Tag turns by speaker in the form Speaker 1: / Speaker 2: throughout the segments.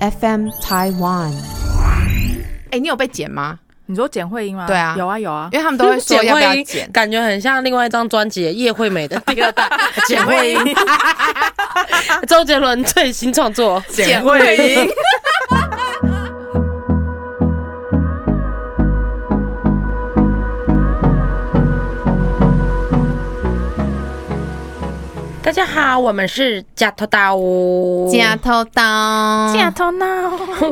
Speaker 1: FM Taiwan。哎、你有被剪吗？
Speaker 2: 你说简慧英吗？
Speaker 1: 对啊
Speaker 2: 有啊有啊。
Speaker 1: 因为他们都会说
Speaker 3: 简
Speaker 1: 要不要
Speaker 3: 惠英
Speaker 1: 剪。
Speaker 3: 感觉很像另外一张专辑《叶惠美》的第二 代 简惠英，周杰伦最新创作。
Speaker 1: 简惠英。
Speaker 3: 大家好，我们是假头大屋，
Speaker 1: 假头刀，
Speaker 2: 头闹，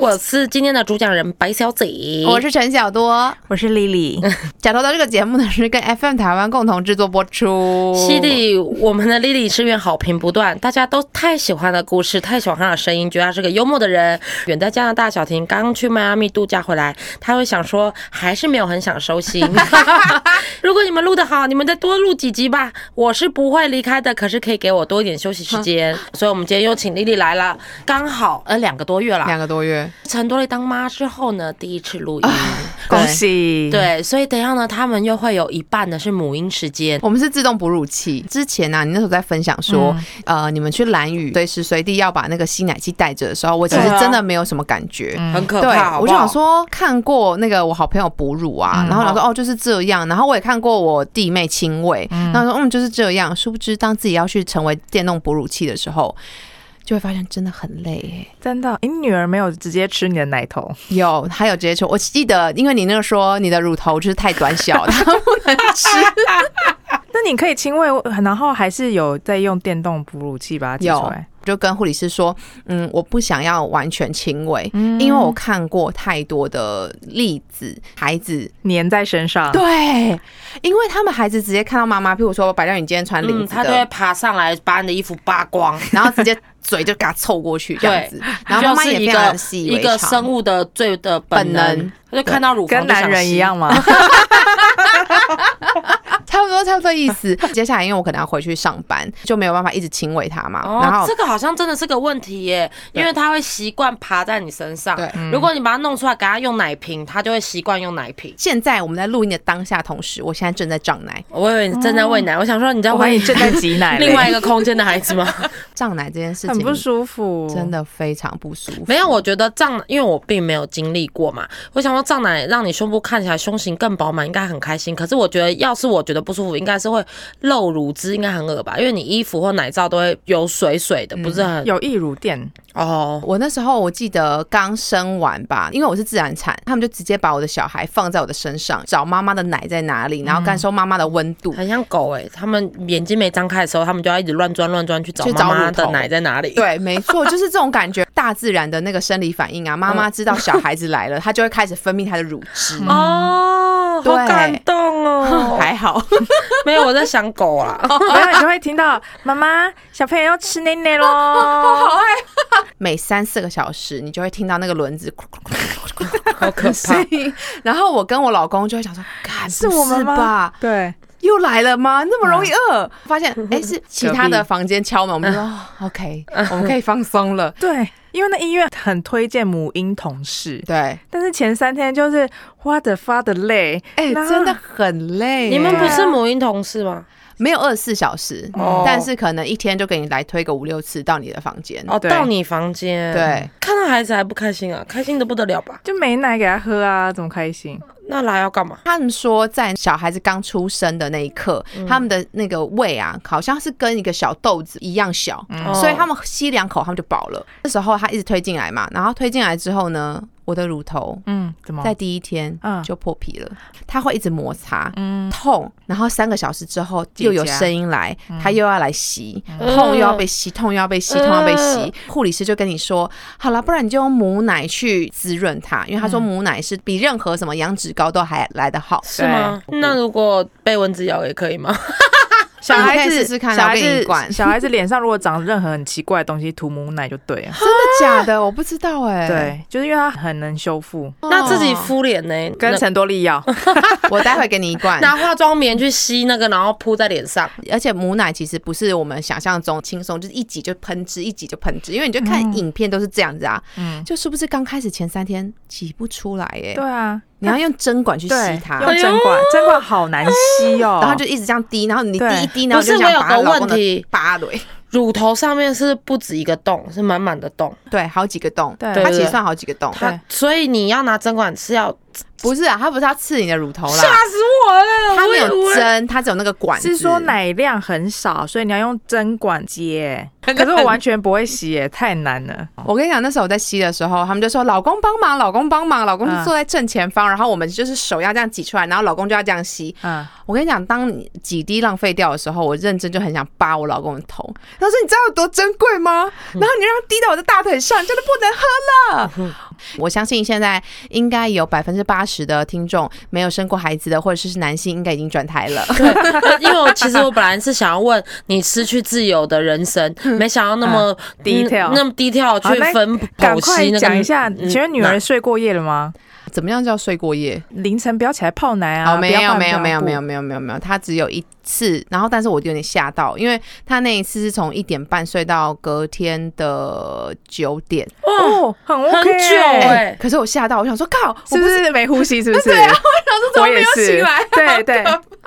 Speaker 3: 我是今天的主讲人白小姐，
Speaker 1: 我是陈小多。
Speaker 2: 我是 Lily，
Speaker 1: 假头刀这个节目呢是跟 FM 台湾共同制作播出。
Speaker 3: 犀利，我们的 Lily 是因为好评不断，大家都太喜欢的故事，太喜欢她的声音，觉得她是个幽默的人。远在加拿大，小婷刚去迈阿密度假回来，她会想说，还是没有很想收 心。如果你们录得好，你们再多录几集吧，我是不会离开的，可是可以给我多一点休息时间。所以我们今天又请 Lily 来了，刚好呃两个多月了，
Speaker 1: 两个多啊月，
Speaker 3: 陈多丽当妈之后呢，第一次录音。对
Speaker 2: 恭喜。，
Speaker 3: 对，所以等一下呢，他们又会有一半的是母婴时间，
Speaker 1: 我们是自动哺乳期。之前呢、啊，你那时候在分享说，呃，你们去蓝屿随时随地要把那个吸奶器带着的时候，我其实
Speaker 2: 对啊
Speaker 1: 真的没有什么感觉。
Speaker 3: 很可
Speaker 1: 嗯对
Speaker 3: 怕。好，不嗯
Speaker 1: 我就
Speaker 3: 好
Speaker 1: 想说看过那个我好朋友哺乳啊，然后想说哦就是这样，然后我也看过我弟妹亲喂，然后说嗯就是这样，殊不知当自己要去成为电动哺乳器的时候。就会发现真的很累耶、
Speaker 2: 真的，你女儿没有直接吃你的奶头，
Speaker 1: 有，还有直接说，我记得，因为你那个说你的乳头就是太短小， 它不能吃。
Speaker 2: 那你可以亲喂，然后还是有在用电动哺乳器把它挤出
Speaker 1: 有
Speaker 2: 来。，
Speaker 1: 就跟护理师说，嗯，我不想要完全亲喂，
Speaker 3: 嗯
Speaker 1: 因为我看过太多的例子，孩子
Speaker 2: 粘在身上，
Speaker 1: 对，因为他们孩子直接看到妈妈，譬如说白亮，你今天穿领
Speaker 3: 嗯，
Speaker 1: 子
Speaker 3: 他
Speaker 1: 的，
Speaker 3: 就会爬上来把你的衣服扒 光，
Speaker 1: 然后直接嘴就给他凑过去这样子，然后妈
Speaker 3: 就
Speaker 1: 妈
Speaker 3: 是
Speaker 1: 也
Speaker 3: 一
Speaker 1: 非
Speaker 3: 个
Speaker 1: 常习以
Speaker 3: 一
Speaker 1: 为
Speaker 3: 个
Speaker 1: 常。
Speaker 3: 生物的最的本
Speaker 1: 本
Speaker 3: 能
Speaker 1: 能，
Speaker 3: 他就看到乳房
Speaker 2: 跟
Speaker 3: 就想
Speaker 2: 男人
Speaker 3: 吸
Speaker 2: 一样。吗？
Speaker 1: 差不多差不多意思。 接下来因为我可能要回去上班，就没有办法一直亲喂他嘛。然
Speaker 3: 哦，
Speaker 1: 后
Speaker 3: 这个好像真的是个问题耶，因为他会习惯爬在你身上
Speaker 1: 对。
Speaker 2: 嗯
Speaker 3: 如果你把它弄出来给他用奶瓶，他就会习惯用奶瓶。
Speaker 1: 现在我们在录音的当下，同时我现在正在胀奶，
Speaker 3: 我以为你正在喂奶，我想说你在
Speaker 2: 哦我怀
Speaker 3: 喂
Speaker 2: 疑正在挤奶嘞，
Speaker 3: 另外一个空间的孩子吗？
Speaker 1: 胀奶这件事
Speaker 2: 很不
Speaker 1: 情
Speaker 2: 舒服，
Speaker 1: 真。的非常不舒服。
Speaker 3: 没有，我觉得胀，因为我并没有经历过嘛。我想说胀奶让你胸部看起来胸型更饱满，应该很开心。可是我觉得，要是我觉得不舒服，应该是会漏乳汁，应该很恶吧？因为你衣服或奶罩都会有水水的，不是
Speaker 1: 嗯
Speaker 3: 很、
Speaker 2: 有溢乳垫，
Speaker 3: 哦。
Speaker 1: 我那时候我记得刚生完吧，因为我是自然产，他们就直接把我的小孩放在我的身上，找妈妈的奶在哪里，然后感受妈妈的温度。
Speaker 3: 嗯很像狗哎、他们眼睛没张开的时候，他们就要一直乱钻乱钻去找
Speaker 1: 去找
Speaker 3: 妈妈
Speaker 1: 乳头
Speaker 3: 的奶在哪里。
Speaker 1: 对，没错，就是这种感觉，大自然的那个生理反应啊。妈妈知道小孩子来了，她就会开始分泌她的乳汁。
Speaker 3: 嗯哦，好
Speaker 1: 对
Speaker 3: 感动 哦！
Speaker 1: 还好，
Speaker 3: 没有，我在想狗啊
Speaker 1: 哦
Speaker 3: 啦。
Speaker 2: 然后哦你就会听到妈妈小朋友要吃奶奶喽。
Speaker 1: 每三四个小时你就会听到那个轮子
Speaker 3: 好可怕
Speaker 1: 声音， 然后我跟我老公就会想说，干
Speaker 2: 是我们
Speaker 1: 不
Speaker 2: 吗
Speaker 1: 吧？
Speaker 2: 对，
Speaker 1: 又来了吗？那么容易饿？发现哎、是其他
Speaker 3: 隔
Speaker 1: 的
Speaker 3: 壁
Speaker 1: 房间敲门，我们就说、哦 OK，我们可以放松了。
Speaker 2: 对，因为那医院很推荐母婴同事，
Speaker 1: 对，哎、
Speaker 2: 但是前三天就是花的发的累，那
Speaker 1: 哎真的很累耶。
Speaker 3: 你们不是母婴同事吗？
Speaker 1: 没有二十四小时、
Speaker 3: 哦
Speaker 1: 但是可能一天就给你来推个五六次到你的房间。
Speaker 3: 哦，
Speaker 2: 对
Speaker 3: 到你房间，
Speaker 1: 对，
Speaker 3: 看到孩子还不开心啊，开心的不得了吧？
Speaker 2: 就没奶给他喝啊，怎么开心？
Speaker 3: 那来要干嘛？
Speaker 1: 他们说，在小孩子刚出生的那一刻，
Speaker 3: 嗯
Speaker 1: 他们的那个胃啊，好像是跟一个小豆子一样小，所以他
Speaker 3: 们
Speaker 1: 们吸两口他们就饱了。那时候他一直推进来嘛，然后推进来之后呢，我的乳头
Speaker 2: 嗯，怎么？
Speaker 1: 在第一天
Speaker 2: 嗯
Speaker 1: 就破皮了，它会一直摩擦。
Speaker 2: 嗯，
Speaker 1: 痛，然后三个小时之后又有声音来，它又要来吸，
Speaker 3: 嗯
Speaker 1: 痛又要被吸，痛又要被吸，痛又要被吸
Speaker 3: 嗯。
Speaker 1: 护理师就跟你说，好了，不然你就用母奶去滋润它，因为他
Speaker 3: 嗯
Speaker 1: 说母奶是比任何什么羊脂膏都还来得好。
Speaker 3: 是吗？
Speaker 2: 嗯
Speaker 3: 那如果被蚊子咬也可以吗？
Speaker 2: 小
Speaker 1: 那你
Speaker 2: 孩
Speaker 1: 可以
Speaker 2: 子
Speaker 1: 试试看
Speaker 2: 小
Speaker 1: 然后
Speaker 2: 孩
Speaker 1: 给你一罐
Speaker 2: 子小孩子脸上如果长任何很奇怪的东西，涂母奶就对 了。
Speaker 1: 真的假的？我不知道哎、，
Speaker 2: 对，就是因为他很能修复，
Speaker 3: 那自己敷脸呢？
Speaker 2: 哦跟
Speaker 3: 那
Speaker 2: 陈多利要，
Speaker 1: 我待会给你一罐。
Speaker 3: 拿化妆棉去吸那个，然后铺在脸上。
Speaker 1: 而且母奶其实不是我们想象中轻松，就是一挤就喷汁，一挤就喷汁，因为你就看影片都是这样子啊。
Speaker 2: 嗯
Speaker 1: 就是不是刚开始前三天挤不出来耶、
Speaker 2: 对啊，
Speaker 1: 你要用针管去吸
Speaker 2: 对，
Speaker 1: 它。
Speaker 2: 用针管，针管好难吸哦，
Speaker 1: 然后就一直这样滴，然后你滴
Speaker 2: 对
Speaker 1: 一滴，然后
Speaker 3: 不是
Speaker 1: 就这样把它
Speaker 3: 我有个
Speaker 1: 老公的
Speaker 3: 问题
Speaker 1: 扒雷。
Speaker 3: 乳头上面是不止一个洞，是满满的洞。
Speaker 1: 对，好几个洞，
Speaker 2: 对
Speaker 1: 它其实算好几个洞，
Speaker 3: 它所以你要拿针管是要
Speaker 1: 不是啊，它不是要刺你的乳头
Speaker 3: 吓
Speaker 1: 啦，
Speaker 3: 死我了，
Speaker 1: 它
Speaker 3: 我
Speaker 1: 没
Speaker 3: 以
Speaker 1: 有
Speaker 3: 为
Speaker 1: 针，它只有那个管子。
Speaker 2: 是说奶量很少，所以你要用针管 接。可是我完全不会洗耶，太难了。
Speaker 1: 我跟你讲，那时候我在吸的时候，他们就说老公帮忙，老公帮忙，老公就坐在正前方，然后我们就是手要这样挤出来，然后老公就要这样吸。
Speaker 2: 嗯，
Speaker 1: 我跟你讲，当你几滴浪费掉的时候，我认真就很想扒我老公的头，然后说你知道有多珍贵吗？然后你让它滴到我的大腿上，真的不能喝了。我相信现在应该有百分之八十的听众没有生过孩子的，或者是男性，应该已经转台了。
Speaker 3: 对，因为我 其实我本来是想要问你失去自由的人生，没想到那么
Speaker 2: 嗯低调
Speaker 3: 那么低调去
Speaker 2: 好那
Speaker 3: 分
Speaker 2: 赶
Speaker 3: 剖析
Speaker 2: 快
Speaker 3: 那个。
Speaker 2: 讲一下，
Speaker 3: 嗯
Speaker 2: 请问女儿睡过夜了吗？
Speaker 1: 怎么样叫睡过夜？
Speaker 2: 凌晨不要起来泡奶啊！
Speaker 1: 哦，没
Speaker 2: 不要
Speaker 1: 有
Speaker 2: 换
Speaker 1: 没有
Speaker 2: 尿
Speaker 1: 没有
Speaker 2: 布
Speaker 1: 没有。没有没有没有，他只有一次，然后但是我有点吓到，因为他那一次是从一点半睡到隔天的九点，
Speaker 3: 哦，
Speaker 2: 哦，很
Speaker 3: 很
Speaker 2: OK，
Speaker 3: 久
Speaker 2: 耶
Speaker 3: 哎，
Speaker 1: 可是我吓到，我想说靠，我
Speaker 2: 是不
Speaker 1: 不是啊
Speaker 2: 是没呼吸？是不是？
Speaker 1: 想说怎
Speaker 2: 我
Speaker 1: 么没
Speaker 2: 也
Speaker 1: 有
Speaker 2: 是
Speaker 1: 醒来，，啊
Speaker 2: 对对，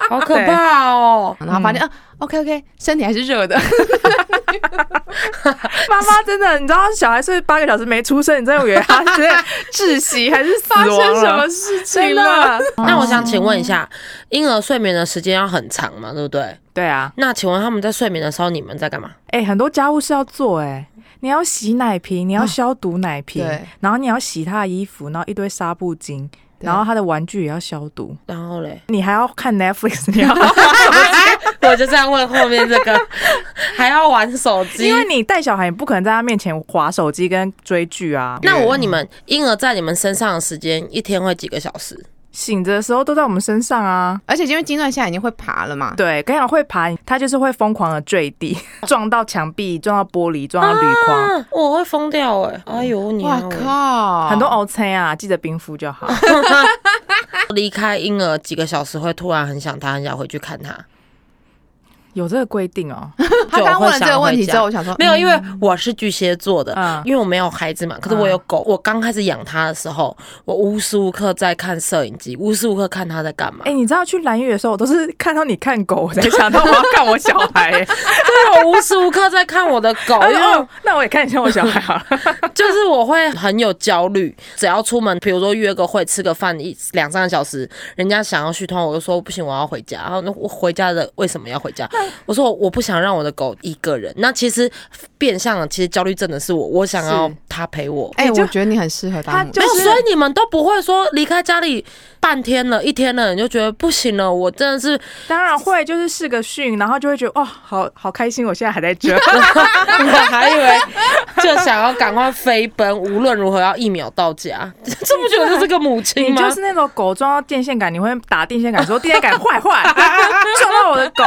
Speaker 3: 好可怕哦！
Speaker 1: 然后发
Speaker 2: 嗯
Speaker 1: 现啊，OK OK，身体还是热 的，
Speaker 2: 妈妈真的，你知道小孩睡八个小时没出生，你真的以为他 是
Speaker 1: 啊
Speaker 2: 窒息还是死
Speaker 1: 发
Speaker 2: 亡
Speaker 1: 生什么
Speaker 2: 了？
Speaker 1: 事情
Speaker 2: 真
Speaker 1: 了？
Speaker 2: 的？
Speaker 3: 那我想请问一下，婴儿睡眠的时间要很长嘛，对不对？
Speaker 2: 对啊，
Speaker 3: 那请问他们在睡眠的时候，你们在干嘛？
Speaker 2: 哎，很多家务事要做哎。你要洗奶瓶，你要消毒奶瓶，
Speaker 1: 嗯对
Speaker 2: 然后你要洗他的衣服，然后一堆纱布巾，
Speaker 1: 对
Speaker 2: 然后他的玩具也要消毒，
Speaker 3: 然后嘞，
Speaker 2: 你还要看 Netflix，你要
Speaker 3: 我就这样问后面这个， 还要玩手机
Speaker 2: 因。为你带小孩，你不可能在他面前划手机跟追剧啊。
Speaker 3: 那我问你们，婴儿在你们身上的时间一天会几个小时？
Speaker 2: 醒着的时候都在我们身上啊。
Speaker 1: 而且因为金钻现在已经会爬了嘛，
Speaker 2: 对，跟你讲会爬，他就是会疯狂的坠地， 撞到墙壁，撞到玻璃，撞到铝框，
Speaker 3: 啊，我会疯掉哎！哎呦，你
Speaker 1: 哇
Speaker 3: 啊我
Speaker 1: 靠，
Speaker 2: 很多 O C 啊，记得冰敷就好。
Speaker 3: 离开婴儿几个小时会突然很想他，很想回去看他。
Speaker 2: 有这个规定哦。
Speaker 1: 他刚问了这个问题之后，我想说
Speaker 3: 没有，因为我是巨蟹座的，
Speaker 2: 嗯
Speaker 3: 因为我没有孩子嘛，可是我有狗。我刚开始养它的时候，我无时无刻在看摄影机，无时无刻看它在干嘛
Speaker 2: 哎、。你知道去蓝月的时候，我都是看到你看狗，我才想到我要看我小孩、 欸。
Speaker 3: 对，啊我无时无刻在看我的 狗，
Speaker 2: 哎
Speaker 3: 因为
Speaker 2: 呦，那我也看一下我小孩好了。
Speaker 3: 就是我会很有焦虑。只要出门，比如说约个会、吃个饭，一两三个小时，人家想要续通，我就说不行，我要回家。然后那我回家的为什么要回家？
Speaker 2: 嗯
Speaker 3: 我说我我不想让我的狗一个人。那其实变相的，其实焦虑症的是我，我想要
Speaker 2: 是
Speaker 3: 它陪我。
Speaker 1: 哎，
Speaker 2: 你就
Speaker 1: 我觉得你很适合当
Speaker 2: 他
Speaker 1: 母
Speaker 2: 就
Speaker 1: 亲，
Speaker 3: 没
Speaker 2: 是
Speaker 3: 有，所以你们都不会说离开家里半天了、一天了，你就觉得不行了，我真的是
Speaker 2: 当然会，就是试个训，然后就会觉得哦，好好开心，我现在还在这。
Speaker 3: 我还以为就想要赶快飞奔，无论如何要一秒到家， 这不觉得这是个母亲
Speaker 2: 你
Speaker 3: 吗？
Speaker 2: 就是那种狗撞到电线杆，你会打电线杆说电线杆坏坏， 撞到我的狗，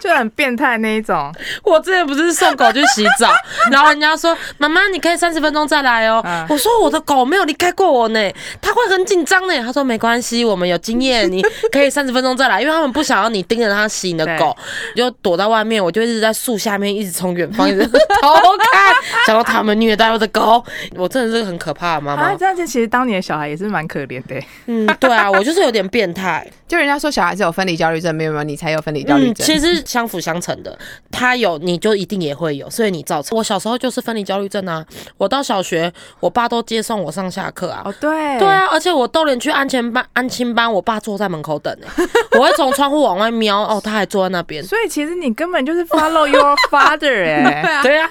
Speaker 2: 就很变态那一种。
Speaker 3: 我之前不是送狗去洗澡，然后人家说妈妈你可以三十分钟再来哦、
Speaker 2: 嗯
Speaker 3: 我说我的狗没有离开过我呢，它会很紧张呢。他说没关系，我们有经验，你可以三十分钟再来，因为他们不想要你盯着它洗你的狗，你就躲到外面，我就一直在树下面，一直从远方一直偷看，想到他们虐待我的狗，我真的是很可怕的妈
Speaker 2: 啊，
Speaker 3: 妈。
Speaker 2: 这样子其实当你的小孩也是蛮可怜的、欸
Speaker 3: 嗯，对啊，我就是有点变态。
Speaker 1: 就人家说小孩子有分离焦虑症，没有没有，你才有分离焦虑
Speaker 3: 嗯，
Speaker 1: 症。
Speaker 3: 其实相辅相成的，他有你就一定也会有，所以你造成。我小时候就是分离焦虑症啊，我到小学，我爸都接送我上下课啊。
Speaker 2: 哦，对，
Speaker 3: 对，啊，而且我逗脸去安全班、安亲班，我爸坐在门口等、欸，我会从窗户往外瞄，哦，他还坐在那边。
Speaker 2: 所以其实你根本就是 follow your father 哎、
Speaker 3: 对啊，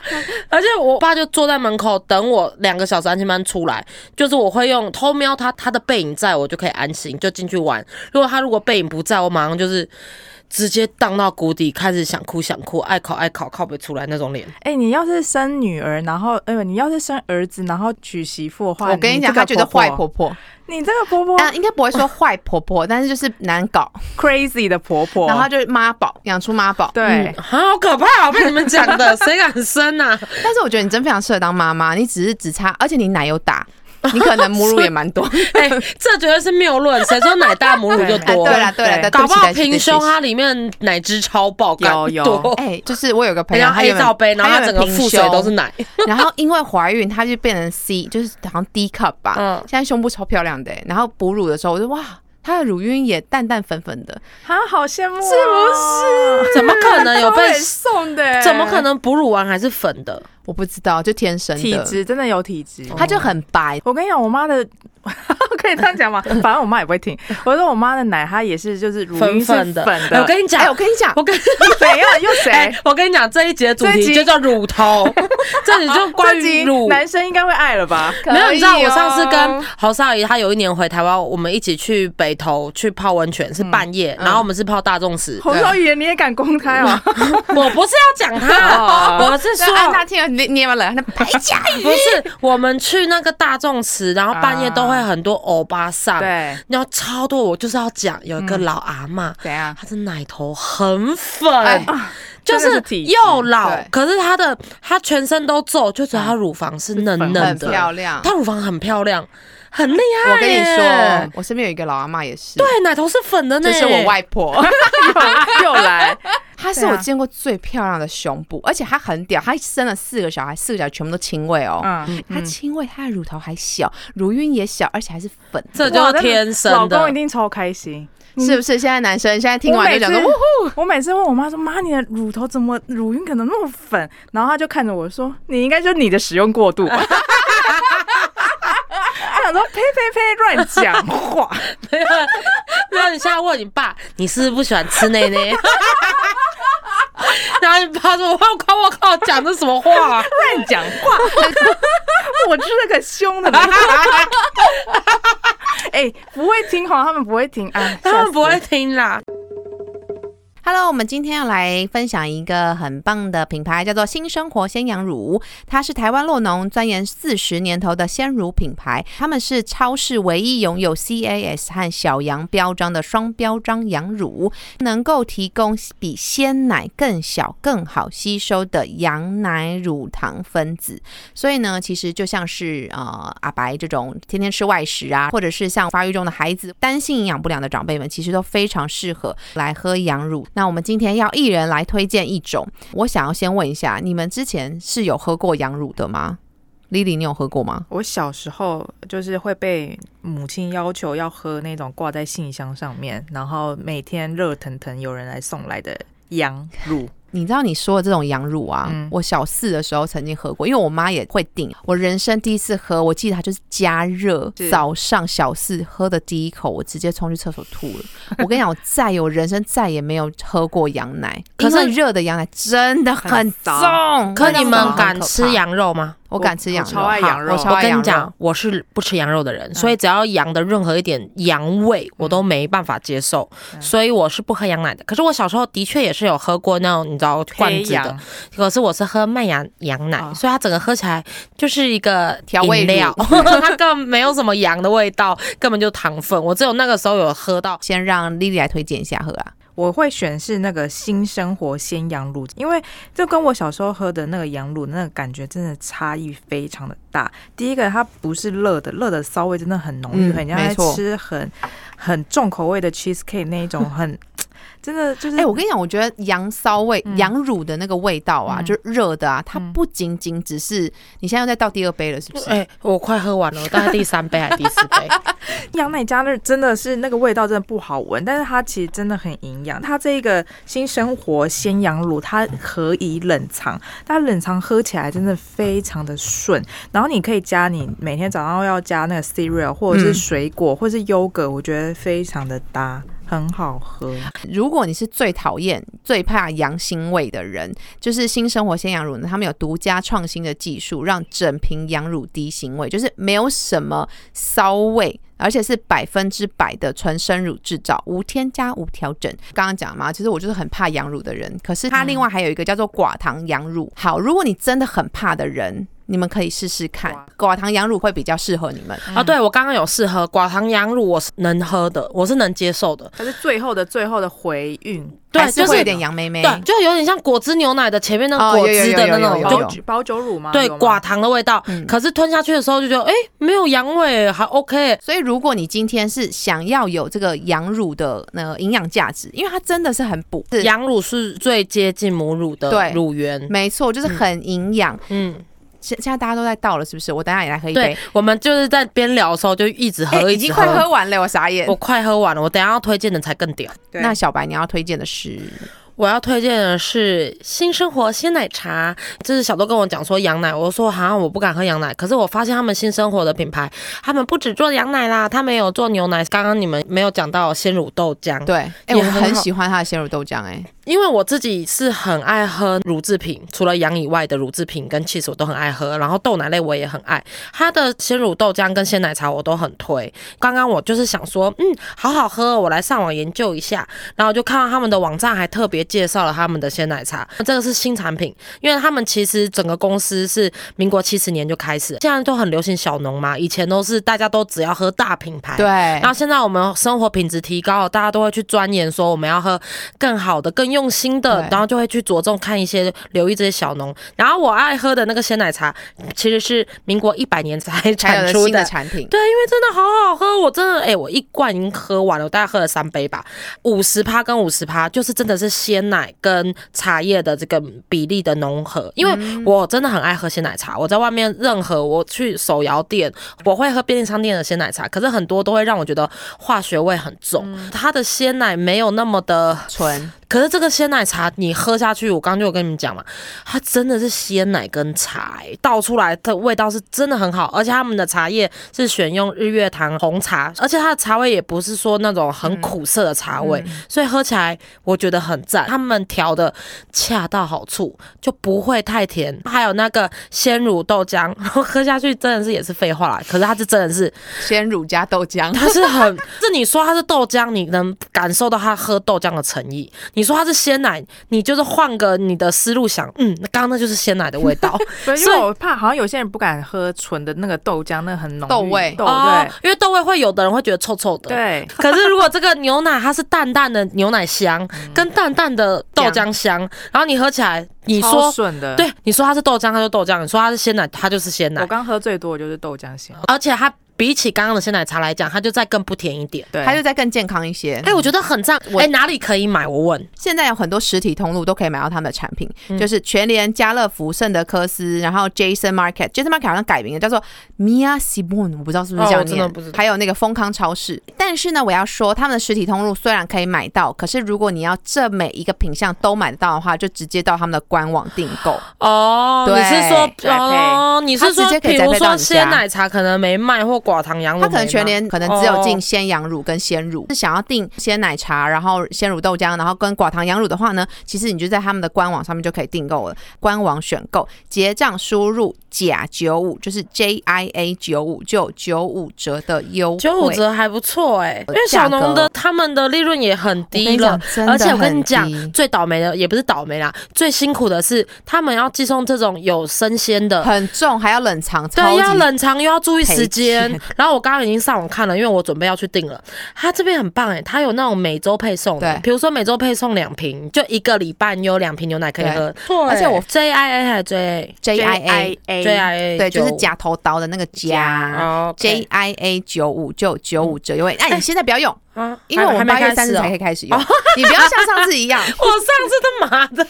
Speaker 3: 而且我爸就坐在门口等我两个小时安亲班出来，就是我会用偷瞄他他的背影在，我就可以安心就进去玩。如果他如果背影不在，我马上就是直接荡到谷底，开始想哭想哭，爱考爱考靠不出来那种脸。
Speaker 2: 哎、你要是生女儿，然后哎呦、你要是生儿子，然后娶媳妇的话，
Speaker 1: 我跟你讲，
Speaker 2: 这
Speaker 1: 他
Speaker 2: 个
Speaker 1: 觉得坏
Speaker 2: 婆
Speaker 1: 婆婆，
Speaker 2: 婆，你这个婆婆
Speaker 1: 啊，应该不会说坏婆婆，但是就是难搞，
Speaker 2: crazy 的婆
Speaker 3: 哦
Speaker 2: 婆，
Speaker 1: 然后就是妈宝，养出妈宝。
Speaker 2: 对、
Speaker 3: 嗯，好可怕、哦，被你们讲的，谁敢生啊？
Speaker 1: 但是我觉得你真非常适合当妈妈，你只是只差，而且你奶有 打，你可能母乳也蛮多。
Speaker 3: 哎、这绝对是谬论，谁说奶大母乳就
Speaker 1: 哎，
Speaker 3: 多？
Speaker 1: 对啦对啦，对
Speaker 3: 搞不好
Speaker 1: 对起
Speaker 3: 平
Speaker 1: 对起对
Speaker 3: 胸啊
Speaker 1: 不起
Speaker 3: 它里面奶汁超爆干
Speaker 2: 有有
Speaker 3: 多，
Speaker 1: 哎、就是我有个朋友，
Speaker 3: 然后
Speaker 1: 他
Speaker 3: A
Speaker 1: 原本
Speaker 3: 罩杯，然后它整个腹水都是，奶。
Speaker 1: 他原本平胸 然后因为怀孕，她就变成 C，就是好像 D cup 吧。
Speaker 3: 嗯
Speaker 1: 欸现在胸部超漂亮的、哎然后哺乳的时候，我就哇，它的乳晕也淡淡粉粉的，
Speaker 2: 啊，好羡慕、哦是不
Speaker 3: 怎么可能有被？
Speaker 2: 送的、欸
Speaker 3: 怎么可能哺乳完还是粉的？
Speaker 1: 我不知道，就天生
Speaker 2: 体
Speaker 1: 的，
Speaker 2: 质真的有体质？
Speaker 1: 它就很白，
Speaker 3: 哦
Speaker 2: 我跟你讲，我妈的 可以这样 讲吗？反正我妈也不会听。我说我妈的奶，她也是就是乳
Speaker 3: 粉
Speaker 2: 晕是粉
Speaker 3: 粉的
Speaker 2: 的。
Speaker 3: 哎我跟你讲
Speaker 1: 哎，我跟你讲，
Speaker 3: 我跟
Speaker 2: 怎样？又谁？
Speaker 3: 哎，我跟你讲，这一集的主
Speaker 2: 这一
Speaker 3: 题
Speaker 2: 集
Speaker 3: 就叫 乳头，这里就关
Speaker 2: 这集
Speaker 3: 于乳。
Speaker 2: 男生应该会爱了吧？
Speaker 1: 可以
Speaker 3: 没有，你知道我
Speaker 1: 哦
Speaker 3: 上次跟侯少仪，她有一年回台湾，我们一起去北投去泡温
Speaker 1: 嗯
Speaker 3: 泉，是半夜，然后我们是泡大众池。
Speaker 2: 侯少宇，你也敢公开 啊？
Speaker 3: 我不是要讲 她，
Speaker 2: 哦
Speaker 3: 我是说
Speaker 1: 啊那安娜听了你捏完了，那白家
Speaker 3: 不是我们去那个大众池，然后半夜都会很多欧巴
Speaker 1: 啊
Speaker 3: 桑，
Speaker 2: 对，
Speaker 3: 然后超多。我就是要讲有一个
Speaker 1: 嗯
Speaker 3: 老阿嬷，
Speaker 2: 怎 样？
Speaker 3: 她的奶头很粉。
Speaker 1: 哎
Speaker 3: 就
Speaker 2: 真的
Speaker 3: 是
Speaker 2: 是体质
Speaker 3: 又老
Speaker 1: 对，
Speaker 3: 可是她的她全身都皱，就只有她乳房是嫩 嫩
Speaker 1: 很
Speaker 3: 的，
Speaker 1: 漂亮。
Speaker 3: 她乳房很漂亮，很厉害。
Speaker 1: 我跟你说，，我身边有一个老阿嬷也是，
Speaker 3: 对，奶头是粉的呢。
Speaker 1: 这是我外婆，
Speaker 2: 又又来，
Speaker 1: 她是
Speaker 2: 对啊
Speaker 1: 我见过最漂亮的胸部，而且她很屌，她生了四个小孩，四个小孩全部都亲喂哦。
Speaker 2: 嗯，
Speaker 1: 她亲喂，她的乳头还小，乳晕也小，而且还是粉，
Speaker 3: 这就是天生
Speaker 2: 老
Speaker 3: 的
Speaker 2: 公 一。定超开心。
Speaker 1: 是不是？现在男生现在听完就讲说，
Speaker 2: 嗯我每
Speaker 1: 呜
Speaker 2: 次我每次问我妈说：“妈，你的乳头怎么乳晕可能那么粉？”然后她就看着我说：“你应该就是你的使用过度 吧。”她想说：“呸呸呸，乱讲话。
Speaker 3: 然后你现在问你爸，你是不是不喜欢吃内内？ 然后你爸说：“我靠，我靠，讲的什么话、 啊？”
Speaker 2: 乱讲话， 我就是个凶的人。 哎、不会听哈， 他们不会听，哎，
Speaker 3: 他们不
Speaker 2: 吓
Speaker 3: 会
Speaker 2: 死
Speaker 3: 听啦。
Speaker 1: Hello，我们今天要来分享一个很棒的品牌，叫做新生活鲜羊乳。它是台湾洛农钻研四十年头的鲜乳品牌，他们是超市唯一拥有 CAS 和小羊标章的双标章羊乳，能够提供比鲜奶更小、更好吸收的羊奶乳糖分子。所以呢，其实就像是呃阿白这种天天吃外食啊，或者是像发育中的孩子担心营养不良的长辈们，其实都非常适合来喝羊乳。那我们今天要一人来推荐一种，我想要先问一下，你们之前是有喝过羊乳的吗？Lily，你有喝过吗？
Speaker 2: 我小时候就是会被母亲要求要喝那种挂在信箱上面，然后每天热腾腾有人来送来的羊乳，
Speaker 1: 你知道你说的这种羊乳啊，
Speaker 2: 嗯
Speaker 1: 我小四的时候曾经喝过，因为我妈也会订。啊我人生第一次喝，我记得它就是加热，
Speaker 2: 是
Speaker 1: 早上小四喝的第一口，我直接冲去厕所吐了。我跟你讲，我再也我人生再也没有喝过羊奶，
Speaker 3: 可
Speaker 1: 可
Speaker 3: 是
Speaker 1: 是热的羊奶真的很
Speaker 2: 很
Speaker 1: 重。
Speaker 3: 可
Speaker 1: 真的
Speaker 3: 你
Speaker 1: 很
Speaker 3: 们
Speaker 1: 可
Speaker 3: 敢吃
Speaker 1: 怕？
Speaker 3: 羊肉吗？
Speaker 1: 我敢吃羊
Speaker 2: 我
Speaker 1: 肉，
Speaker 2: 超爱
Speaker 1: 好
Speaker 2: 羊肉
Speaker 1: 我超
Speaker 3: 我
Speaker 1: 爱
Speaker 3: 跟
Speaker 1: 羊
Speaker 3: 你讲
Speaker 1: 肉。，嗯
Speaker 3: 我是不吃羊肉的人，所以只要羊的任何一点羊味，我都没办法接受，
Speaker 1: 嗯
Speaker 3: 所以我是不喝羊奶的。可是我小时候的确也是有喝过那种你知道罐
Speaker 2: 黑
Speaker 3: 子的
Speaker 2: 羊，，
Speaker 3: 可是我是喝麦芽羊奶，
Speaker 2: 哦
Speaker 3: 所以它整个喝起来就是一个
Speaker 1: 调味
Speaker 3: 饮料， 它根本没有什么羊的味道，根本就糖分。我只有那个时候有喝到，
Speaker 1: 先让 Lily 来推荐一下喝啊，
Speaker 2: 我会选是那个新生活鲜羊乳，因为这跟我小时候喝的那个羊乳那个感觉真的差异非常的大。第一个，它不是热的，热的骚味真的很浓郁，
Speaker 1: 嗯
Speaker 2: 很像
Speaker 1: 没
Speaker 2: 在
Speaker 1: 错
Speaker 2: 吃很很重口味的 cheese cake 那一种很，真的就是
Speaker 1: 哎、我跟你讲，我觉得羊骚味、
Speaker 2: 嗯
Speaker 1: 羊乳的那个味道啊，
Speaker 2: 嗯
Speaker 1: 就是热的啊，它
Speaker 2: 嗯
Speaker 1: 不仅仅只是你现在又在倒第二杯了， 是不是？
Speaker 3: 哎、我快喝完了，我大概第三杯还是第四 杯。
Speaker 2: 羊奶加那真的是那个味道真的不好闻，但是它其实真的很营养。它这个新生活鲜羊乳，它可以冷藏，它冷藏喝起来真的非常的顺。然后你可以加你每天早上要加那个 cereal 或者
Speaker 3: 嗯
Speaker 2: 是水果、或者是优格，我觉得非常的搭。很好喝，
Speaker 1: 如果你是最讨厌、最怕羊腥味的人，就是新生活鲜羊乳呢，他们有独家创新的技术，让整瓶羊乳低腥味，就是没有什么骚味。而且是百分之百的纯生乳制造，无添加、无调整。刚刚讲嘛，其实我就是很怕羊乳的人，可是它另外还有一个叫做寡糖羊乳。好，如果你真的很怕的人，你们可以试试看，寡糖羊乳会比较适合你们。
Speaker 3: 啊，对，我刚刚有试喝寡糖羊乳，我是能喝的，我是能接受的。
Speaker 2: 它是最后的最后的回韵，
Speaker 3: 对，
Speaker 1: 还是
Speaker 3: 就
Speaker 1: 会
Speaker 3: 是
Speaker 1: 有点杨妹妹。
Speaker 3: 对，就有点像果汁牛奶的前面那
Speaker 1: 哦
Speaker 3: 个果
Speaker 1: 有有
Speaker 3: 汁
Speaker 1: 有
Speaker 3: 的
Speaker 1: 有
Speaker 3: 那
Speaker 1: 有
Speaker 3: 种，
Speaker 1: 有
Speaker 3: 就
Speaker 1: 有
Speaker 2: 包酒乳吗
Speaker 3: 对寡
Speaker 2: 寡
Speaker 3: 糖的味道。
Speaker 1: 嗯
Speaker 3: 可是吞下去的时候就觉得，哎，没有羊味，还 OK。
Speaker 1: 所以，如果你今天是想要有这个羊乳的那个营养价值，因为它真的是很补，是
Speaker 3: 羊乳是最接近母乳的
Speaker 1: 对
Speaker 3: 乳源，
Speaker 1: 没错，就是很营养。
Speaker 3: 嗯，
Speaker 1: 现现在大家都在倒了，是不是？我等一下也来喝一
Speaker 3: 对
Speaker 1: 杯。，
Speaker 3: 我们就是在边聊的时候就一直
Speaker 1: 哎
Speaker 3: 喝，
Speaker 1: 已
Speaker 3: 一
Speaker 1: 经
Speaker 3: 直
Speaker 1: 快喝完了，我傻眼
Speaker 3: 我。快喝完了，我等一下要推荐的才更屌。
Speaker 2: 对
Speaker 1: 那小白你要推荐的是
Speaker 3: 我要推荐的是新生活鲜奶茶，这是小豆跟我讲说羊奶，我说好像我不敢喝羊奶，可是我发现他们新生活的品牌，他们不只做羊奶啦，他们也有做牛奶。刚刚你们没有讲到鲜乳豆浆，
Speaker 1: 对，哎、
Speaker 3: 也
Speaker 1: 我
Speaker 3: 很
Speaker 1: 很
Speaker 3: 好
Speaker 1: 喜欢它的鲜乳豆浆、哎，
Speaker 3: 因为我自己是很爱喝乳制品，除了羊以外的乳制品跟 cheese 我都很爱喝，然后豆奶类我也很爱。它的鲜乳豆浆跟鲜奶茶我都很推。刚刚我就是想说，嗯，好好喝哦，我来上网研究一下，然后就看到他们的网站还特别介绍了他们的鲜奶茶，这个是新产品，因为他们其实整个公司是民国七十年就开始，现在都很流行小农嘛，以前都是大家都只要喝大品牌，
Speaker 1: 对
Speaker 3: 然，后现在我们生活品质提高了，大家都会去钻研说我们要喝更好的、更用心的
Speaker 1: 对，
Speaker 3: 然后就会去着重看一些留意这些小农。然后我爱喝的那个鲜奶茶，其实是民国一百年才
Speaker 1: 还有
Speaker 3: 产
Speaker 1: 了
Speaker 3: 出
Speaker 1: 新
Speaker 3: 的
Speaker 1: 的。产品，
Speaker 3: 对，因为真的好好喝，我真的哎、我一罐已经喝完了，我大概喝了三杯吧，五十趴跟五十趴，就是真的是鲜奶跟茶叶的这个比例的融合。因为我真的很爱喝鲜奶茶，我在外面任何我去手摇店，我会喝便利商店的鲜奶茶，可是很多都会让我觉得化学味很重，它的鲜奶没有那么的
Speaker 1: 纯
Speaker 3: 可是这个鲜奶茶你喝下去，我刚刚就有跟你们讲嘛，它真的是鲜奶跟茶、欸倒出来的味道是真的很好，而且他们的茶叶是选用日月潭红茶，而且它的茶味也不是说那种很苦涩的
Speaker 2: 嗯
Speaker 3: 茶味，所以喝起来我觉得很赞。他们调的恰到好处，就不会太甜。还有那个鲜乳豆浆， 然后喝下去真的是也是废话啦，可是它是真的是
Speaker 1: 鲜乳加豆 浆，
Speaker 3: 它是很，这你说它是豆浆，你能感受到他喝豆浆的诚意；你说它是鲜奶，你就是换个你的思路想，嗯，那刚刚那就是鲜奶的味道
Speaker 2: 对，因
Speaker 3: 所以
Speaker 2: 为我怕好像有些人不敢喝纯的那个豆浆，那个很浓郁
Speaker 1: 豆味
Speaker 2: 豆 对，
Speaker 3: 哦因为豆味会有的人会觉得臭臭的。。
Speaker 2: 对，
Speaker 3: 可是如果这个牛奶它是淡淡的牛奶香，
Speaker 2: 嗯
Speaker 3: 跟淡淡的豆浆香，然后你喝起来，你
Speaker 2: 超
Speaker 3: 说
Speaker 2: 顺的，，
Speaker 3: 对，你说它是豆浆，它就豆浆；你说它是鲜奶，它就是鲜
Speaker 2: 我
Speaker 3: 奶。嗯
Speaker 2: 刚喝最多的就是豆浆鲜，
Speaker 3: 而且它比起刚刚的鲜奶茶来讲，它就再更不甜一点。
Speaker 2: 对，
Speaker 1: 它就再更健康一些
Speaker 2: 嗯
Speaker 3: 哎、。我觉得很赞。
Speaker 1: 我
Speaker 3: 哎、哪里可以买？我问。
Speaker 1: 现在有很多实体通路都可以买到他们的产品，
Speaker 3: 嗯
Speaker 1: 就是全联、家乐福、圣德克斯，然后 Jason Market。Jason Market 好像改名了，叫做 Mia Simon，我不知道是不是这
Speaker 3: 哦
Speaker 1: 样
Speaker 3: 我真
Speaker 1: 念。
Speaker 3: 的不知道
Speaker 1: 还有那个丰康超市。但是呢，我要说，他们的实体通路虽然可以买到，可是如果你要这每一个品项都买得到的话，就直接到他们的官网订购。
Speaker 3: 哦，你
Speaker 1: 对
Speaker 3: 是说
Speaker 2: 宅配
Speaker 3: 哦，你是
Speaker 1: 它直
Speaker 3: 说，
Speaker 1: 接可以
Speaker 3: 比
Speaker 1: 宅
Speaker 3: 如
Speaker 1: 配到
Speaker 3: 说
Speaker 1: 你家
Speaker 3: 鲜奶茶可能没卖，或寡糖羊乳
Speaker 1: 他
Speaker 3: 没卖，
Speaker 1: 可能全年可能只有进
Speaker 3: 哦
Speaker 1: 鲜羊乳跟鲜乳，是想要订鲜奶茶，然后鲜乳豆浆，然后跟寡糖羊乳的话呢，其实你就在他们的官网上面就可以订购了。官网选购结账输入甲九五，就是 J I A 九五，就有九五折的优惠。
Speaker 3: 九五。折还不错哎，因为
Speaker 1: 呃价
Speaker 3: 小
Speaker 1: 格
Speaker 3: 农的他们的利润也很低了。，而且我跟你讲，最倒霉的也不是倒霉啦，最辛苦的是他们要寄送这种有生鲜的，
Speaker 1: 很重，还要冷藏，超
Speaker 3: 对，要
Speaker 1: 级
Speaker 3: 冷藏又要注意
Speaker 1: 赔
Speaker 3: 时间
Speaker 1: 钱。
Speaker 3: 然后我刚刚已经上网看了，因为我准备要去订了。它这边很棒哎、它有那种每周配送的
Speaker 1: 对，
Speaker 3: 比如说每周配送两瓶，就一个礼拜你有两瓶牛奶可以
Speaker 1: 对
Speaker 3: 喝。错
Speaker 1: 而且
Speaker 3: 欸
Speaker 1: 我
Speaker 3: JIA 还是 JA
Speaker 1: J I A，
Speaker 2: A
Speaker 3: 对啊，
Speaker 1: 对，就是
Speaker 3: 假
Speaker 1: 假头刀的那个假。
Speaker 3: 哦
Speaker 1: J I A 九五就有九五折优惠，哎，你现在不要用，
Speaker 3: 啊
Speaker 1: 因为我
Speaker 3: 还
Speaker 1: 们
Speaker 3: 没
Speaker 1: 八
Speaker 3: 开
Speaker 1: 月
Speaker 3: 始
Speaker 1: 三十才可
Speaker 3: 哦
Speaker 1: 以开始用，你不要像上次一 样，
Speaker 3: 我上次他妈的，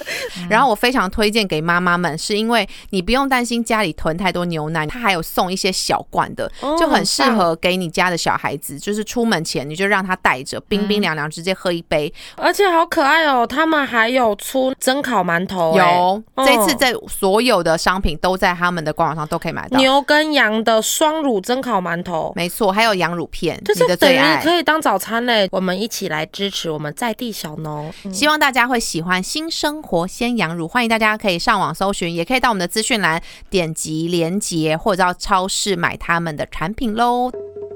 Speaker 1: 然后我非常推荐给妈妈们，是因为你不用担心家里囤太多牛奶，它还有送一些小罐的，
Speaker 3: 哦
Speaker 1: 就很适合给你家的小孩子，就是出门前你就让他带着，冰
Speaker 3: 嗯
Speaker 1: 冰凉凉直接喝一杯。
Speaker 3: 而且好可爱哦！他们还有出蒸烤馒头、哎
Speaker 1: 有、
Speaker 3: 嗯
Speaker 1: 这一次在所有的商品都在他们的官网上都可以买到，
Speaker 3: 欸牛跟羊的双乳蒸烤馒头。
Speaker 1: 没错，还有羊乳片，
Speaker 3: 就
Speaker 1: 你
Speaker 3: 是
Speaker 1: 的
Speaker 3: 等
Speaker 1: 最
Speaker 3: 于
Speaker 1: 爱。
Speaker 3: 可以当早餐嘞，我们一起来支持我们在地小农。嗯
Speaker 1: 希望大家会喜欢新生活鲜羊乳，欢迎大家可以上网搜寻，也可以到我们的资讯栏点击连结，或者到超市买他们的产品喽。